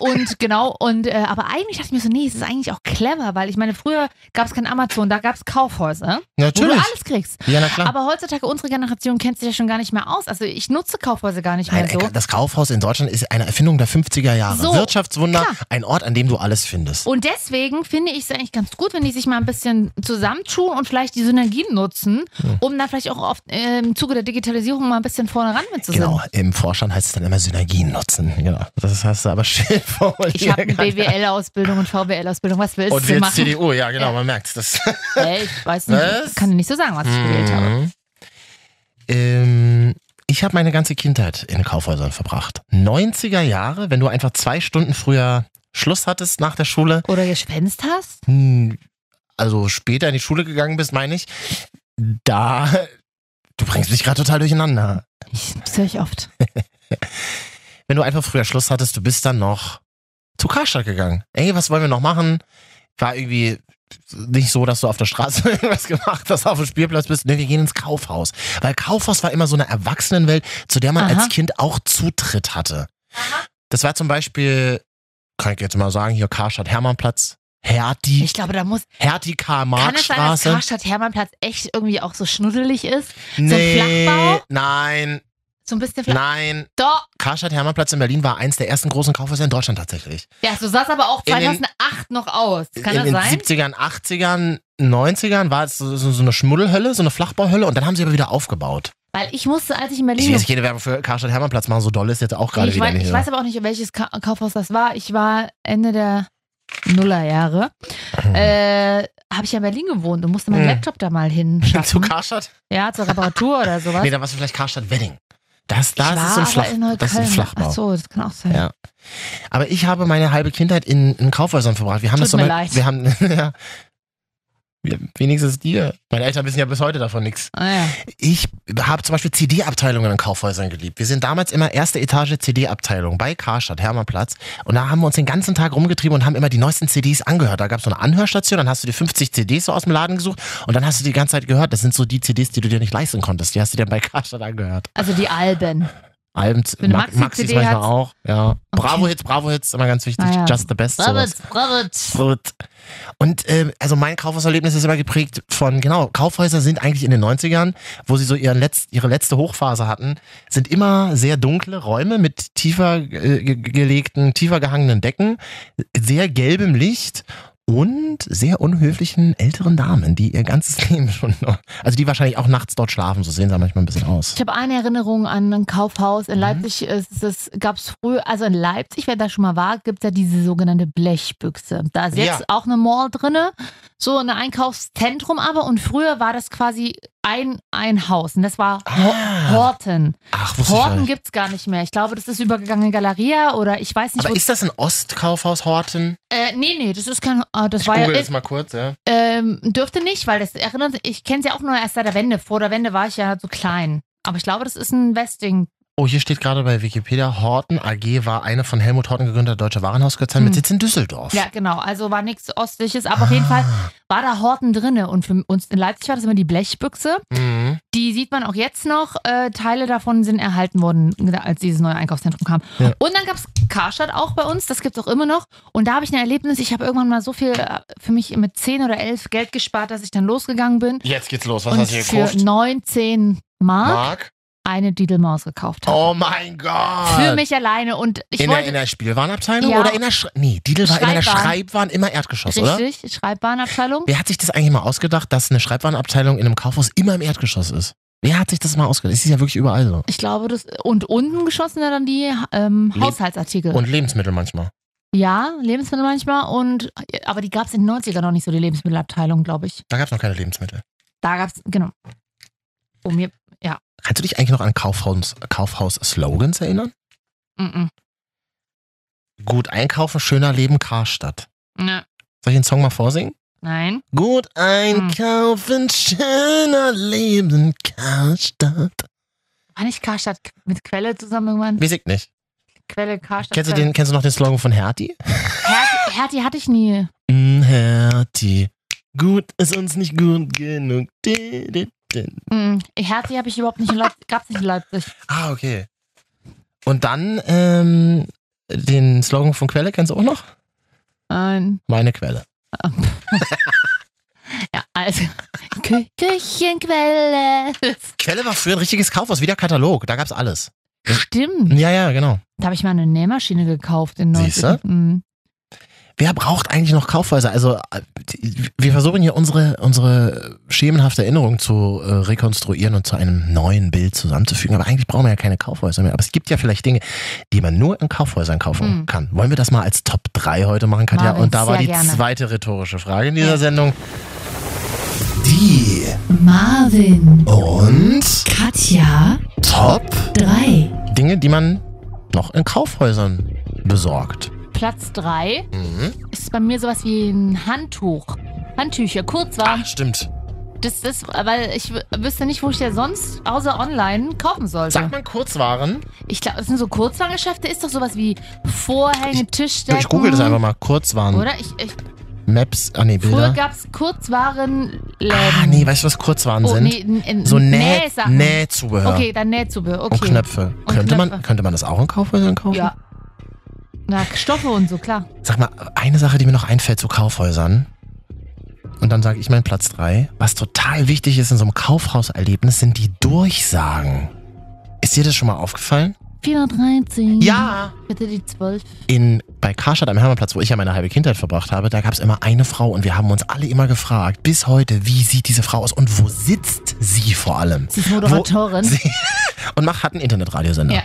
Speaker 2: und genau, und äh, aber eigentlich dachte ich mir so, nee, es ist eigentlich auch clever, weil ich meine, früher gab es kein Amazon, da gab es Kaufhäuser, wo
Speaker 8: Natürlich.
Speaker 2: du alles kriegst.
Speaker 8: Ja, na klar.
Speaker 2: Aber heutzutage, unsere Generation kennt sich ja schon gar nicht mehr aus. Also ich nutze Kaufhäuser gar nicht mehr
Speaker 8: Nein,
Speaker 2: so.
Speaker 8: ey, das Kaufhaus in Deutschland ist eine Erfindung der 50er Jahre.
Speaker 2: also. So,
Speaker 8: Wirtschaftswunder,
Speaker 2: klar.
Speaker 8: ein Ort, an dem du alles findest.
Speaker 2: Und deswegen finde ich es eigentlich ganz gut, wenn die sich mal ein bisschen zusammentun und vielleicht die Synergien nutzen,
Speaker 8: Hm.
Speaker 2: um dann vielleicht auch auf, äh, im Zuge der Digitalisierung mal ein bisschen vorne ran mit zu sein.
Speaker 8: Genau, im Vorstand heißt es dann immer Synergien nutzen. Genau. Das hast du aber schön formuliert.
Speaker 2: Ich habe eine BWL-Ausbildung und VWL-Ausbildung. Was willst
Speaker 8: Und
Speaker 2: du
Speaker 8: jetzt
Speaker 2: machen?
Speaker 8: CDU, ja genau, man merkt das.
Speaker 2: Äh, ich weiß nicht,
Speaker 8: Was?
Speaker 2: kann dir nicht so sagen, was ich gewählt habe.
Speaker 8: Mhm. Ähm, ich habe meine ganze Kindheit in Kaufhäusern verbracht. 90er Jahre, wenn du einfach zwei Stunden früher Schluss hattest nach der Schule,
Speaker 2: Oder geschwänzt hast?
Speaker 8: hm, also später in die Schule gegangen bist, meine ich, da, du bringst mich gerade total durcheinander.
Speaker 2: Ich, das höre ich oft.
Speaker 8: Wenn du einfach früher Schluss hattest, du bist dann noch zu Karstadt gegangen. Ey, was wollen wir noch machen? War irgendwie nicht so, dass du auf der Straße irgendwas gemacht hast, auf dem Spielplatz bist. Nee, wir gehen ins Kaufhaus. Weil Kaufhaus war immer so eine Erwachsenenwelt, zu der man
Speaker 2: Aha.
Speaker 8: als Kind auch Zutritt hatte. Das war zum Beispiel, kann ich jetzt mal sagen, hier Karstadt Hermannplatz, Hertie,
Speaker 2: Ich glaube, da muss.
Speaker 8: Hertie
Speaker 2: Kann es sein, dass
Speaker 8: Karl-Marx-Straße.
Speaker 2: Karstadt-Hermannplatz echt irgendwie auch so schnuddelig ist?
Speaker 8: Nee,
Speaker 2: Flachbau?
Speaker 8: nein,
Speaker 2: So ein bisschen flach.
Speaker 8: nein.
Speaker 2: Doch.
Speaker 8: Karstadt-Hermannplatz in Berlin war eins der ersten großen Kaufhäuser in Deutschland tatsächlich.
Speaker 2: Ja, so sah es aber auch
Speaker 8: In den-
Speaker 2: 2008 noch aus. Kann
Speaker 8: in
Speaker 2: das
Speaker 8: den 70ern,
Speaker 2: sein?
Speaker 8: 80ern, 90ern war es so, so so eine Schmuddelhölle, so eine Flachbauhölle und dann haben sie aber wieder aufgebaut.
Speaker 2: Weil ich musste, als ich in Berlin
Speaker 8: Ich will jetzt keine Werbung für Karstadt Hermannplatz machen, so doll ist jetzt auch gerade
Speaker 2: ich
Speaker 8: wieder
Speaker 2: weiß,
Speaker 8: nicht.
Speaker 2: Ich
Speaker 8: oder?
Speaker 2: weiß aber auch nicht, welches Ka Kaufhaus das war. Ich war Ende der Nullerjahre. Äh, Habe ich ja in Berlin gewohnt und musste meinen
Speaker 8: Hm.
Speaker 2: Laptop da mal hin.
Speaker 8: Zu Karstadt?
Speaker 2: Ja, zur Reparatur oder sowas.
Speaker 8: Nee, da warst du vielleicht Karstadt Wedding. Das,
Speaker 2: ich
Speaker 8: das,
Speaker 2: war
Speaker 8: ist, so ein Flach,
Speaker 2: aber in Neukölln.
Speaker 8: das ist ein Flachbau.
Speaker 2: Ach so, das kann auch sein.
Speaker 8: Ja. Aber ich habe meine halbe Kindheit in, in Kaufhäusern verbracht. Wir haben
Speaker 2: Tut
Speaker 8: das so
Speaker 2: mir
Speaker 8: mit,
Speaker 2: leid.
Speaker 8: Wir haben, ja, wir, wenigstens dir. Meine Eltern wissen ja bis heute davon nichts.
Speaker 2: Ah, ja.
Speaker 8: Ich habe zum Beispiel CD-Abteilungen in Kaufhäusern geliebt. Wir sind damals immer erste Etage CD-Abteilung bei Karstadt, Hermannplatz. Und da haben wir uns den ganzen Tag rumgetrieben und haben immer die neuesten CDs angehört. Da gab es so eine Anhörstation, dann hast du dir 50 CDs so aus dem Laden gesucht und dann hast du die ganze Zeit gehört. Das sind so die CDs, die du dir nicht leisten konntest. Die hast du dir bei Karstadt angehört.
Speaker 2: Also die Alben.
Speaker 8: Alben,
Speaker 2: Wenn du
Speaker 8: Max,
Speaker 2: Maxi
Speaker 8: Maxis
Speaker 2: CD
Speaker 8: manchmal
Speaker 2: hast-
Speaker 8: auch. Ja. Bravo-Hits, Bravo-Hits, immer ganz wichtig.
Speaker 2: Ah, ja.
Speaker 8: Just the best. sowas.
Speaker 2: Brabitz, Brabitz.
Speaker 8: Gut. Und ähm, also mein Kaufhauserlebnis ist immer geprägt von, genau, Kaufhäuser sind eigentlich in den 90ern, wo sie so ihren Letz-, ihre letzte Hochphase hatten, sind immer sehr dunkle Räume mit tiefer äh, ge gelegten, tiefer gehangenen Decken, sehr gelbem Licht und sehr unhöflichen älteren Damen, die ihr ganzes Leben schon, also die wahrscheinlich auch nachts dort schlafen, so sehen sie manchmal ein bisschen aus.
Speaker 2: Ich habe eine Erinnerung an ein Kaufhaus
Speaker 8: Mhm.
Speaker 2: in Leipzig. Es, es gab es früher, also in Leipzig, wer da schon mal war, gibt es ja diese sogenannte Blechbüchse. Da ist jetzt
Speaker 8: Ja.
Speaker 2: auch eine Mall drinne, so ein Einkaufszentrum aber. Und früher war das quasi ein, ein Haus und das war Ho- Horten.
Speaker 8: Ach, Ah. wusste ich gar
Speaker 2: Horten
Speaker 8: nicht.
Speaker 2: gibt es gar nicht mehr. Ich glaube, das ist übergegangen in Galeria oder ich weiß nicht,
Speaker 8: Aber
Speaker 2: wo.
Speaker 8: ist das ein Ostkaufhaus Horten?
Speaker 2: äh, nee, nee, das ist kein. ah, das
Speaker 8: Ich
Speaker 2: war ja,
Speaker 8: google das mal kurz, ja.
Speaker 2: ähm, dürfte nicht, weil das erinnert, ich kenne es ja auch nur erst seit der Wende. Vor der Wende war ich ja so klein. Aber ich glaube, das ist ein Westing
Speaker 8: Oh, hier steht gerade bei Wikipedia, Horten AG war eine von Helmut Horten gegründete deutsche Warenhauskonzern mit
Speaker 2: Hm.
Speaker 8: Sitz in Düsseldorf.
Speaker 2: Ja, genau. Also war nichts Ostliches, aber auf jeden Fall
Speaker 8: Ah.
Speaker 2: war da Horten drinne. Und für uns in Leipzig war das immer die Blechbüchse.
Speaker 8: Mhm.
Speaker 2: Die sieht man auch jetzt noch. Äh, Teile davon sind erhalten worden, als dieses neue Einkaufszentrum kam.
Speaker 8: Ja.
Speaker 2: Und dann gab's Karstadt auch bei uns. Das gibt's auch immer noch. Und da habe ich ein Erlebnis. Ich habe irgendwann mal so viel äh, für mich mit 10 oder 11 Geld gespart, dass ich dann losgegangen bin.
Speaker 8: Jetzt geht's los. Was
Speaker 2: und
Speaker 8: hast du hier
Speaker 2: für
Speaker 8: gekauft?
Speaker 2: 19 Mark,
Speaker 8: Mark?
Speaker 2: eine Didelmaus gekauft habe.
Speaker 8: Oh mein Gott.
Speaker 2: Für mich alleine. Und ich
Speaker 8: in, der, in
Speaker 2: wollte.
Speaker 8: der Spielwarenabteilung
Speaker 2: Ja.
Speaker 8: oder in der Schre Nee, Didel war immer in der
Speaker 2: Schreibwaren.
Speaker 8: Schreibwaren, immer Erdgeschoss, oder?
Speaker 2: Richtig, Schreibwarenabteilung.
Speaker 8: Wer hat sich das eigentlich mal ausgedacht, dass eine Schreibwarenabteilung in einem Kaufhaus immer im Erdgeschoss ist? Wer hat sich das mal ausgedacht? Es ist ja wirklich überall so.
Speaker 2: Ich glaube, das. Und unten geschossen ja dann die ähm,
Speaker 8: Leb-
Speaker 2: Haushaltsartikel.
Speaker 8: Und Lebensmittel manchmal.
Speaker 2: ja, Lebensmittel manchmal. Und, aber die gab es in den 90ern noch nicht so, die Lebensmittelabteilung, glaube ich.
Speaker 8: Da gab's noch keine Lebensmittel.
Speaker 2: Da gab es, genau. Oh, mir,
Speaker 8: Kannst du dich eigentlich noch an Kaufhaus- Kaufhaus-Slogans erinnern?
Speaker 2: mm,
Speaker 8: Gut einkaufen, schöner Leben, Karstadt.
Speaker 2: mm, ne,
Speaker 8: Soll ich den Song mal vorsingen?
Speaker 2: nein.
Speaker 8: Gut einkaufen, schöner Leben, Karstadt.
Speaker 2: War nicht Karstadt mit Quelle zusammen irgendwann?
Speaker 8: Weiß ich nicht.
Speaker 2: Quelle, Karstadt.
Speaker 8: Kennst du,
Speaker 2: Quelle.
Speaker 8: den, kennst du noch den Slogan von Hertie?
Speaker 2: Herti, Herti hatte ich nie.
Speaker 8: Mm, Hertie, gut ist uns nicht gut genug. Di, di, di.
Speaker 2: Mm, Herti habe ich überhaupt nicht in Leipzig. Gab es nicht in Leipzig.
Speaker 8: Ah, okay. Und dann ähm, den Slogan von Quelle, kennst du auch noch?
Speaker 2: Nein.
Speaker 8: Meine Quelle.
Speaker 2: Ja, also. Kü Küchenquelle.
Speaker 8: Quelle war früher ein richtiges Kaufhaus, wie der Katalog. Da gab's alles.
Speaker 2: Stimmt.
Speaker 8: Ja, ja, genau.
Speaker 2: Da habe ich mal eine Nähmaschine gekauft in Nord.
Speaker 8: Siehste?
Speaker 2: Mhm.
Speaker 8: Wer braucht eigentlich noch Kaufhäuser? Also, äh, die- wir versuchen hier unsere, unsere schemenhafte Erinnerung zu äh, rekonstruieren und zu einem neuen Bild zusammenzufügen. Aber eigentlich brauchen wir ja keine Kaufhäuser mehr. Aber es gibt ja vielleicht Dinge, die man nur in Kaufhäusern kaufen
Speaker 2: Mhm.
Speaker 8: kann. Wollen wir das mal als Top 3 heute machen, Katja?
Speaker 2: Marvin,
Speaker 8: und da war
Speaker 2: sehr
Speaker 8: die
Speaker 2: gerne.
Speaker 8: zweite rhetorische Frage in dieser Sendung. Die
Speaker 2: Marvin
Speaker 8: und
Speaker 2: Katja
Speaker 8: Top
Speaker 2: 3.
Speaker 8: Dinge, die man noch in Kaufhäusern besorgt.
Speaker 2: Platz 3
Speaker 8: Mhm.
Speaker 2: ist bei mir sowas wie ein Handtuch. Handtücher, kurzwarm.
Speaker 8: Ah, Stimmt.
Speaker 2: Das ist, weil ich w- wüsste nicht, wo ich ja sonst außer online kaufen sollte.
Speaker 8: Sagt man Kurzwaren?
Speaker 2: Ich glaube, das sind so Kurzwarengeschäfte, ist doch sowas wie Vorhänge, Tischdecken.
Speaker 8: Ich google das einfach mal. Kurzwaren.
Speaker 2: mhm. Oder? Ich, ich,
Speaker 8: Maps. Ah, nee,
Speaker 2: früher
Speaker 8: Bilder.
Speaker 2: gab es Kurzwarenläden.
Speaker 8: Ah, nee, weißt du, was Kurzwaren
Speaker 2: Oh,
Speaker 8: sind?
Speaker 2: nee, n- n-
Speaker 8: so Näh
Speaker 2: Nähsachen.
Speaker 8: Nähzubehör.
Speaker 2: Okay, dann Nähzubehör. Okay.
Speaker 8: Und Knöpfe.
Speaker 2: Und
Speaker 8: könnte, Man,
Speaker 2: Knöpfe.
Speaker 8: könnte man das auch in Kaufhäusern kaufen?
Speaker 2: Ja. Na, Stoffe und so, klar.
Speaker 8: Sag mal, eine Sache, die mir noch einfällt zu Kaufhäusern. Und dann sage ich meinen Platz drei. Was total wichtig ist in so einem Kaufhauserlebnis, sind die Durchsagen. Ist dir das schon mal aufgefallen?
Speaker 2: 413.
Speaker 8: Ja.
Speaker 2: Bitte die 12.
Speaker 8: in, bei Karstadt am Hermannplatz, wo ich ja meine halbe Kindheit verbracht habe, da gab es immer eine Frau und wir haben uns alle immer gefragt, bis heute, wie sieht diese Frau aus und wo sitzt sie vor allem?
Speaker 2: Sie ist Moderatorin.
Speaker 8: Wo, sie, und macht, hat einen Internetradiosender.
Speaker 2: Ja.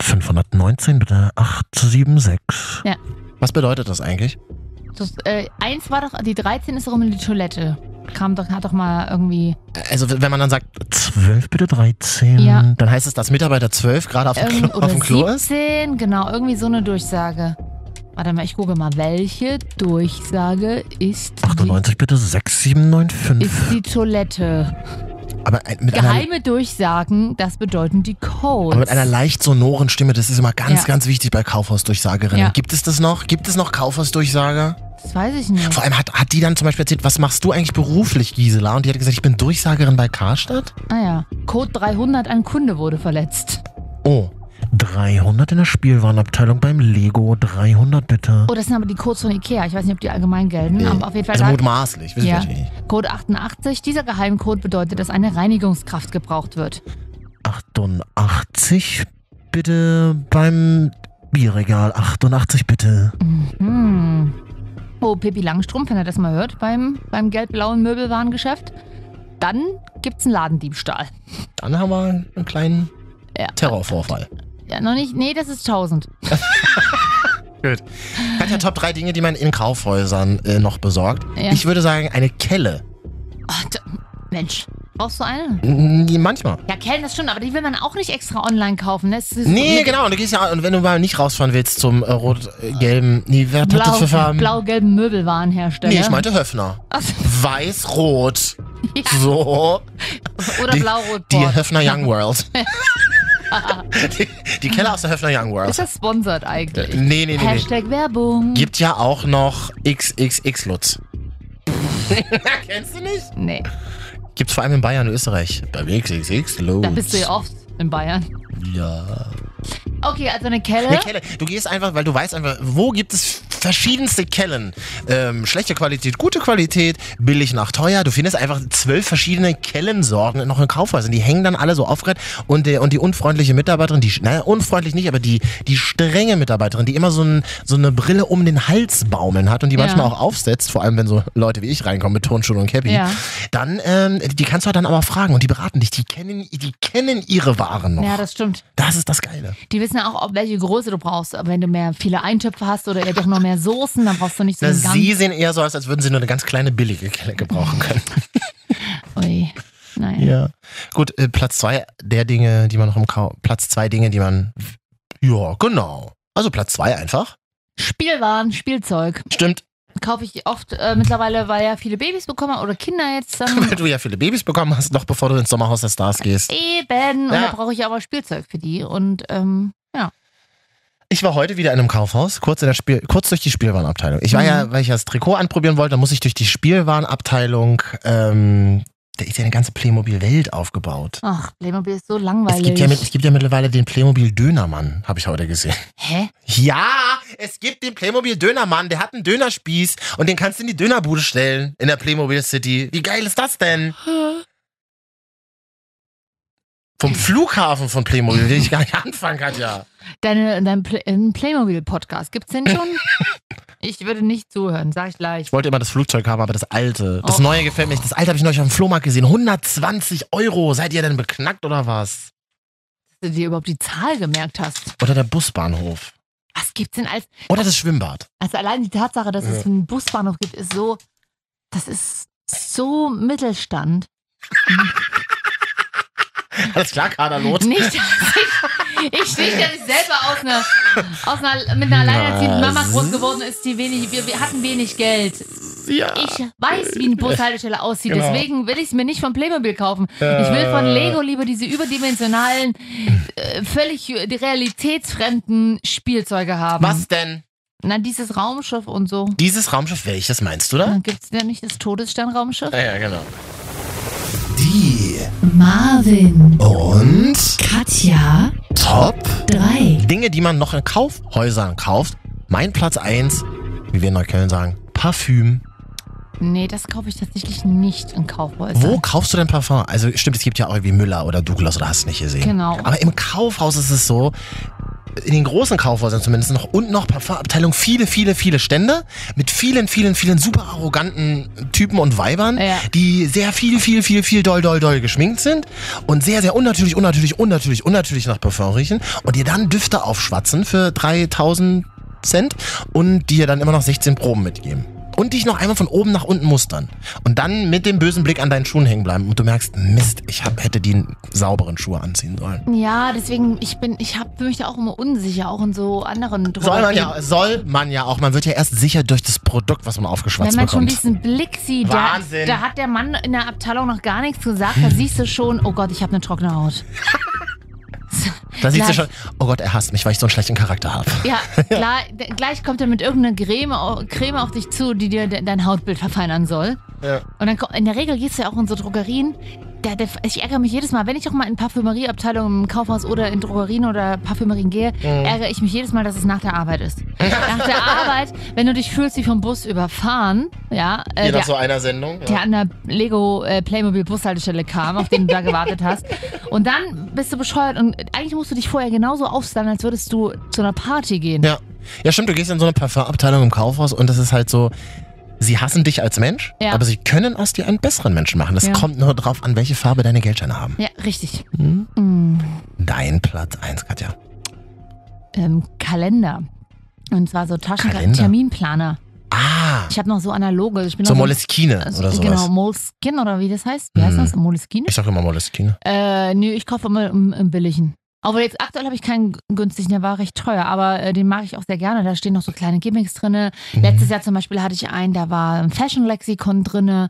Speaker 8: 519 bitte 876.
Speaker 2: Ja.
Speaker 8: Was bedeutet das eigentlich?
Speaker 2: Das, äh, eins war doch, die 13 ist doch immer die Toilette. Kam doch, hat doch mal irgendwie.
Speaker 8: Also wenn man dann sagt 12 bitte 13,
Speaker 2: Ja.
Speaker 8: dann heißt es, dass Mitarbeiter 12 gerade auf dem
Speaker 2: Irgend-
Speaker 8: Klo, auf dem Klo
Speaker 2: oder
Speaker 8: ist?
Speaker 2: 17, genau, irgendwie so eine Durchsage. Warte mal, ich gucke mal, welche Durchsage ist,
Speaker 8: 98 bitte
Speaker 2: die,
Speaker 8: 6795.
Speaker 2: ist die Toilette?
Speaker 8: Aber ein- mit einer
Speaker 2: Geheime Durchsagen, das bedeuten die Codes.
Speaker 8: Aber mit einer leicht sonoren Stimme, das ist immer ganz,
Speaker 2: Ja.
Speaker 8: ganz wichtig bei Kaufhausdurchsagerinnen.
Speaker 2: Ja.
Speaker 8: Gibt es das noch? Gibt es noch Kaufhausdurchsager?
Speaker 2: das weiß ich nicht.
Speaker 8: Vor allem hat, hat die dann zum Beispiel erzählt, was machst du eigentlich beruflich, Gisela? Und die hat gesagt, ich bin Durchsagerin bei Karstadt.
Speaker 2: Ah ja, Code 300, ein Kunde wurde verletzt.
Speaker 8: Oh, 300 in der Spielwarenabteilung beim Lego. 300 bitte.
Speaker 2: Oh, das sind aber die Codes von Ikea. Ich weiß nicht, ob die allgemein gelten,
Speaker 8: Nee.
Speaker 2: aber auf jeden Fall.
Speaker 8: Also
Speaker 2: sagt-
Speaker 8: mutmaßlich, wissen wir
Speaker 2: ja.
Speaker 8: natürlich nicht.
Speaker 2: Code 88. Dieser Geheimcode bedeutet, dass eine Reinigungskraft gebraucht wird.
Speaker 8: 88 bitte beim Bierregal. 88 bitte.
Speaker 2: Hm. Oh, Pippi Langstrumpf, wenn er das mal hört beim, beim gelb-blauen Möbelwarengeschäft. Dann gibt's einen Ladendiebstahl.
Speaker 8: Dann haben wir einen kleinen
Speaker 2: Ja.
Speaker 8: Terrorvorfall.
Speaker 2: Ja, noch nicht. Nee, das ist 1000.
Speaker 8: Gut. Katja, Top 3 Dinge, die man in Kaufhäusern äh, noch besorgt.
Speaker 2: Ja.
Speaker 8: Ich würde sagen, eine Kelle.
Speaker 2: Oh, d- Mensch, brauchst du eine?
Speaker 8: Mm, Manchmal.
Speaker 2: Ja, Kellen, das stimmt, aber die will man auch nicht extra online kaufen. Ne? Das ist
Speaker 8: Nee,
Speaker 2: mit
Speaker 8: genau. Und, du gehst ja, und wenn du mal nicht rausfahren willst zum äh, rot-gelben, nee, wer hat das für
Speaker 2: Blau,
Speaker 8: Farben?
Speaker 2: blau-gelben Möbelwarenhersteller.
Speaker 8: Nee, ich meinte Höfner.
Speaker 2: Ach so.
Speaker 8: Weiß-rot. So.
Speaker 2: Oder
Speaker 8: die,
Speaker 2: blau-rot.
Speaker 8: Die Höfner Young World. die, die Kelle aus der Höfner Young World.
Speaker 2: Ist das sponsert eigentlich?
Speaker 8: Äh, nee, nee, nee, nee.
Speaker 2: Hashtag Werbung.
Speaker 8: Gibt ja auch noch XXX-Lutz. Kennst du nicht?
Speaker 2: Nee,
Speaker 8: Gibt's vor allem in Bayern und Österreich. Beim XXX-Lutz.
Speaker 2: da bist du ja oft in Bayern.
Speaker 8: Ja.
Speaker 2: Okay, also eine Kelle.
Speaker 8: Eine Kelle. Du gehst einfach, weil du weißt einfach, wo gibt es verschiedenste Kellen. Ähm, schlechte Qualität, gute Qualität, billig nach teuer. Du findest einfach zwölf verschiedene Kellensorten noch in Kaufhäusern. Die hängen dann alle so aufgereiht. Und, der, und die unfreundliche Mitarbeiterin, die, naja, unfreundlich nicht, aber die, die strenge Mitarbeiterin, die immer so, ein, so eine Brille um den Hals baumeln hat und die
Speaker 2: Ja.
Speaker 8: manchmal auch aufsetzt, vor allem wenn so Leute wie ich reinkommen mit Turnschuhen und Cappy,
Speaker 2: Ja.
Speaker 8: dann, ähm, die kannst du halt dann aber fragen und die beraten dich. Die kennen, die kennen ihre Waren noch.
Speaker 2: Ja, das stimmt.
Speaker 8: das ist das Geile.
Speaker 2: Die wissen ja auch, ob welche Größe du brauchst. Aber wenn du mehr viele Eintöpfe hast oder eher doch noch mehr Soßen, dann brauchst du nicht so
Speaker 8: Na,
Speaker 2: einen
Speaker 8: sie
Speaker 2: ganz.
Speaker 8: sehen eher so aus, als würden sie nur eine ganz kleine billige Kelle gebrauchen können.
Speaker 2: Ui. Naja.
Speaker 8: ja. Gut, äh, Platz zwei der Dinge, die man noch im Kau Platz zwei Dinge, die man. Ja, genau. Also Platz zwei einfach.
Speaker 2: Spielwaren, Spielzeug.
Speaker 8: Stimmt,
Speaker 2: Kaufe ich oft äh, mittlerweile, weil ja viele Babys bekommen oder Kinder jetzt dann
Speaker 8: weil du ja viele Babys bekommen hast, noch bevor du ins Sommerhaus der Stars gehst.
Speaker 2: eben. Und
Speaker 8: Ja.
Speaker 2: da brauche ich aber Spielzeug für die. Und ähm, ja.
Speaker 8: Ich war heute wieder in einem Kaufhaus, kurz, in der Spiel kurz durch die Spielwarenabteilung. Ich war ja, weil ich das Trikot anprobieren wollte, da muss ich durch die Spielwarenabteilung ähm, da ist ja eine ganze Playmobil-Welt aufgebaut.
Speaker 2: Ach, Playmobil ist so
Speaker 8: Es
Speaker 2: langweilig.
Speaker 8: gibt, ja, mit- es gibt ja mittlerweile den Playmobil-Dönermann, habe ich heute gesehen.
Speaker 2: Hä?
Speaker 8: Ja, es gibt den Playmobil-Dönermann, der hat einen Dönerspieß und den kannst du in die Dönerbude stellen in der Playmobil City. Wie geil ist das denn? Vom Flughafen von Playmobil will ich gar nicht anfangen, Katja.
Speaker 2: Deine, dein Pl ein Playmobil-Podcast, gibt's den schon? ich würde nicht zuhören, sag ich gleich.
Speaker 8: Ich wollte immer das Flugzeug haben, aber das alte. Das
Speaker 2: Oh.
Speaker 8: neue gefällt mir nicht. Das alte habe ich neulich auf dem Flohmarkt gesehen. 120 Euro. Seid ihr denn beknackt oder was?
Speaker 2: Dass du dir überhaupt die Zahl gemerkt hast.
Speaker 8: Oder der Busbahnhof.
Speaker 2: Was gibt's denn als.
Speaker 8: Oder das Schwimmbad.
Speaker 2: Also allein die Tatsache, dass
Speaker 8: Ja.
Speaker 2: es einen Busbahnhof gibt, ist so. Das ist so Mittelstand.
Speaker 8: Alles klar, Kaderlot.
Speaker 2: Nicht, dass ich, ich nicht, dass ich selber aus einer, aus einer mit einer alleinerziehenden
Speaker 8: Na,
Speaker 2: Mama groß
Speaker 8: s-
Speaker 2: geworden ist, die wenig, wir, wir hatten wenig Geld.
Speaker 8: Ja.
Speaker 2: Ich weiß, wie eine Bushaltestelle aussieht,
Speaker 8: Genau.
Speaker 2: deswegen will ich es mir nicht von Playmobil kaufen.
Speaker 8: Äh.
Speaker 2: Ich will von Lego lieber diese überdimensionalen, äh, völlig realitätsfremden Spielzeuge haben.
Speaker 8: Was denn?
Speaker 2: Na, dieses Raumschiff und so.
Speaker 8: Dieses Raumschiff, welches meinst du da?
Speaker 2: Gibt es denn nicht das Todessternraumschiff?
Speaker 8: Ja, ja, genau.
Speaker 2: Marvin
Speaker 8: Und
Speaker 2: Katja
Speaker 8: Top
Speaker 2: Drei.
Speaker 8: Dinge, die man noch in Kaufhäusern kauft. Mein Platz 1, wie wir in Neukölln sagen, Parfüm.
Speaker 2: Nee, das kaufe ich tatsächlich nicht in Kaufhäusern.
Speaker 8: Wo kaufst du denn Parfum? Also stimmt, es gibt ja auch irgendwie Müller oder Douglas oder hast du nicht gesehen.
Speaker 2: Genau.
Speaker 8: Aber im Kaufhaus ist es so, in den großen Kaufhäusern zumindest noch und noch Parfumabteilung viele, viele, viele Stände mit vielen, vielen, vielen super arroganten Typen und Weibern, die sehr viel, viel, viel, viel doll, doll, doll geschminkt sind und sehr, sehr unnatürlich, unnatürlich, unnatürlich, unnatürlich nach Parfum riechen und dir dann Düfte aufschwatzen für 3000 Cent und dir dann immer noch 16 Proben mitgeben. Und dich noch einmal von oben nach unten mustern. Und dann mit dem bösen Blick an deinen Schuhen hängen bleiben. Und du merkst, Mist, ich hab, hätte die sauberen Schuhe anziehen sollen.
Speaker 2: Ja, deswegen, ich bin, ich hab, bin mich da auch immer unsicher, auch in so anderen
Speaker 8: Soll man, ja,
Speaker 2: Drogerien.
Speaker 8: soll man ja auch. Man wird ja erst sicher durch das Produkt, was man
Speaker 2: Wenn
Speaker 8: aufgeschwatzt
Speaker 2: man schon
Speaker 8: bekommt.
Speaker 2: diesen Blick sieht, da,
Speaker 8: Wahnsinn.
Speaker 2: da hat der Mann in der Abteilung noch gar nichts gesagt, da siehst du schon, oh Gott, ich habe eine trockene Haut.
Speaker 8: da siehst du
Speaker 2: gleich-
Speaker 8: schon, oh Gott, er hasst mich, weil ich so einen schlechten Charakter habe.
Speaker 2: Ja, klar, d- gleich kommt er mit irgendeiner Creme, au- Creme auf dich zu, die dir de- dein Hautbild verfeinern soll.
Speaker 8: Ja.
Speaker 2: Und dann ko- in der Regel gehst du ja auch in so Drogerien. Da, da, ich ärgere mich jedes Mal, wenn ich auch mal in Parfümerieabteilungen im Kaufhaus oder in Drogerien oder Parfümerien gehe,
Speaker 12: Mhm.
Speaker 2: ärgere ich mich jedes Mal, dass es nach der Arbeit ist. nach der Arbeit, wenn du dich fühlst wie vom Bus überfahren, ja, äh, der,
Speaker 8: einer Sendung.
Speaker 2: der an der Lego äh, Playmobil Bushaltestelle kam, auf den du da gewartet hast. Und dann bist du bescheuert und eigentlich musst du dich vorher genauso aufstellen, als würdest du zu einer Party gehen.
Speaker 8: Ja. ja, stimmt, du gehst in so eine Parfumabteilung im Kaufhaus und das ist halt so, sie hassen dich als Mensch,
Speaker 2: Ja.
Speaker 8: aber sie können aus dir einen besseren Menschen machen. Das
Speaker 2: Ja.
Speaker 8: kommt nur drauf an, welche Farbe deine Geldscheine haben.
Speaker 2: Ja, richtig.
Speaker 8: Hm?
Speaker 2: Mm,
Speaker 8: Dein Platz 1, Katja.
Speaker 2: Genau. ähm, Kalender. Und zwar so Taschenkalender.
Speaker 8: Kalender?
Speaker 2: Terminplaner.
Speaker 8: Ah.
Speaker 2: Ich habe noch so analoge. Ich bin
Speaker 8: So
Speaker 2: noch
Speaker 8: Moleskine oder sowas.
Speaker 2: Genau, Moleskine oder wie das heißt. Wie heißt
Speaker 8: Hm.
Speaker 2: das? Moleskine?
Speaker 8: Ich sag immer Moleskine.
Speaker 2: Äh, nö, ich kaufe immer im, im billigen. Aber jetzt aktuell habe ich keinen günstigen, der war recht teuer, aber äh, den mag ich auch sehr gerne. Da stehen noch so kleine Gimmicks drin.
Speaker 8: Mhm.
Speaker 2: Letztes Jahr zum Beispiel hatte ich einen, da war ein Fashion-Lexikon drin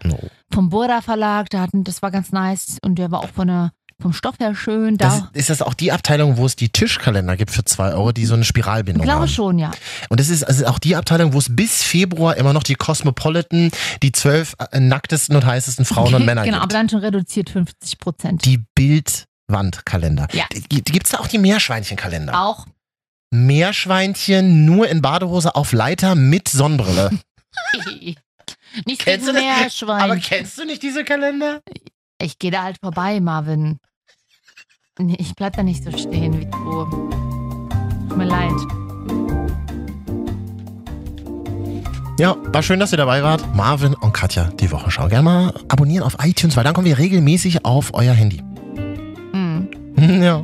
Speaker 2: vom Burda Verlag. Da hatten, das war ganz nice und der war auch von der, vom Stoff her schön. Da,
Speaker 8: Das ist, ist das auch die Abteilung, wo es die Tischkalender gibt für 2 Euro, die so eine
Speaker 2: ich
Speaker 8: Spiralbindung
Speaker 2: glaube
Speaker 8: haben?
Speaker 2: schon, ja.
Speaker 8: Und das ist also auch die Abteilung, wo es bis Februar immer noch die Cosmopolitan, die zwölf äh, nacktesten und heißesten Frauen und Männer
Speaker 2: Genau,
Speaker 8: gibt.
Speaker 2: aber dann schon reduziert 50 Prozent.
Speaker 8: Die Bildwandkalender.
Speaker 2: Ja.
Speaker 8: Gibt es da auch die Meerschweinchenkalender?
Speaker 2: Auch.
Speaker 8: Meerschweinchen nur in Badehose auf Leiter mit Sonnenbrille.
Speaker 2: Nicht
Speaker 8: Kennst
Speaker 2: wegen
Speaker 8: du das?
Speaker 2: Meerschwein.
Speaker 8: Aber kennst du nicht diese Kalender?
Speaker 2: Ich gehe da halt vorbei, Marvin. Nee, ich bleib da nicht so stehen wie du. Tut mir leid.
Speaker 8: Ja, war schön, dass ihr dabei wart. Marvin und Katja, die Wochenschau. Gerne mal abonnieren auf iTunes, weil dann kommen wir regelmäßig auf euer Handy.
Speaker 2: Hm.
Speaker 8: Ja.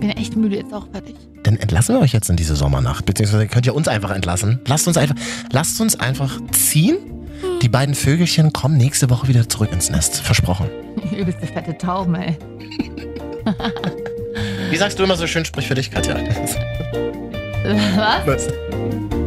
Speaker 2: Bin echt müde, jetzt auch fertig.
Speaker 8: Dann entlassen wir euch jetzt in diese Sommernacht. Beziehungsweise könnt ihr uns einfach entlassen. Lasst uns einfach, lasst uns einfach ziehen. Die beiden Vögelchen kommen nächste Woche wieder zurück ins Nest. Versprochen.
Speaker 2: Übelste fette Tauben, ey.
Speaker 8: Wie sagst du immer so schön, sprich für dich, Katja.
Speaker 2: Was?
Speaker 8: Was?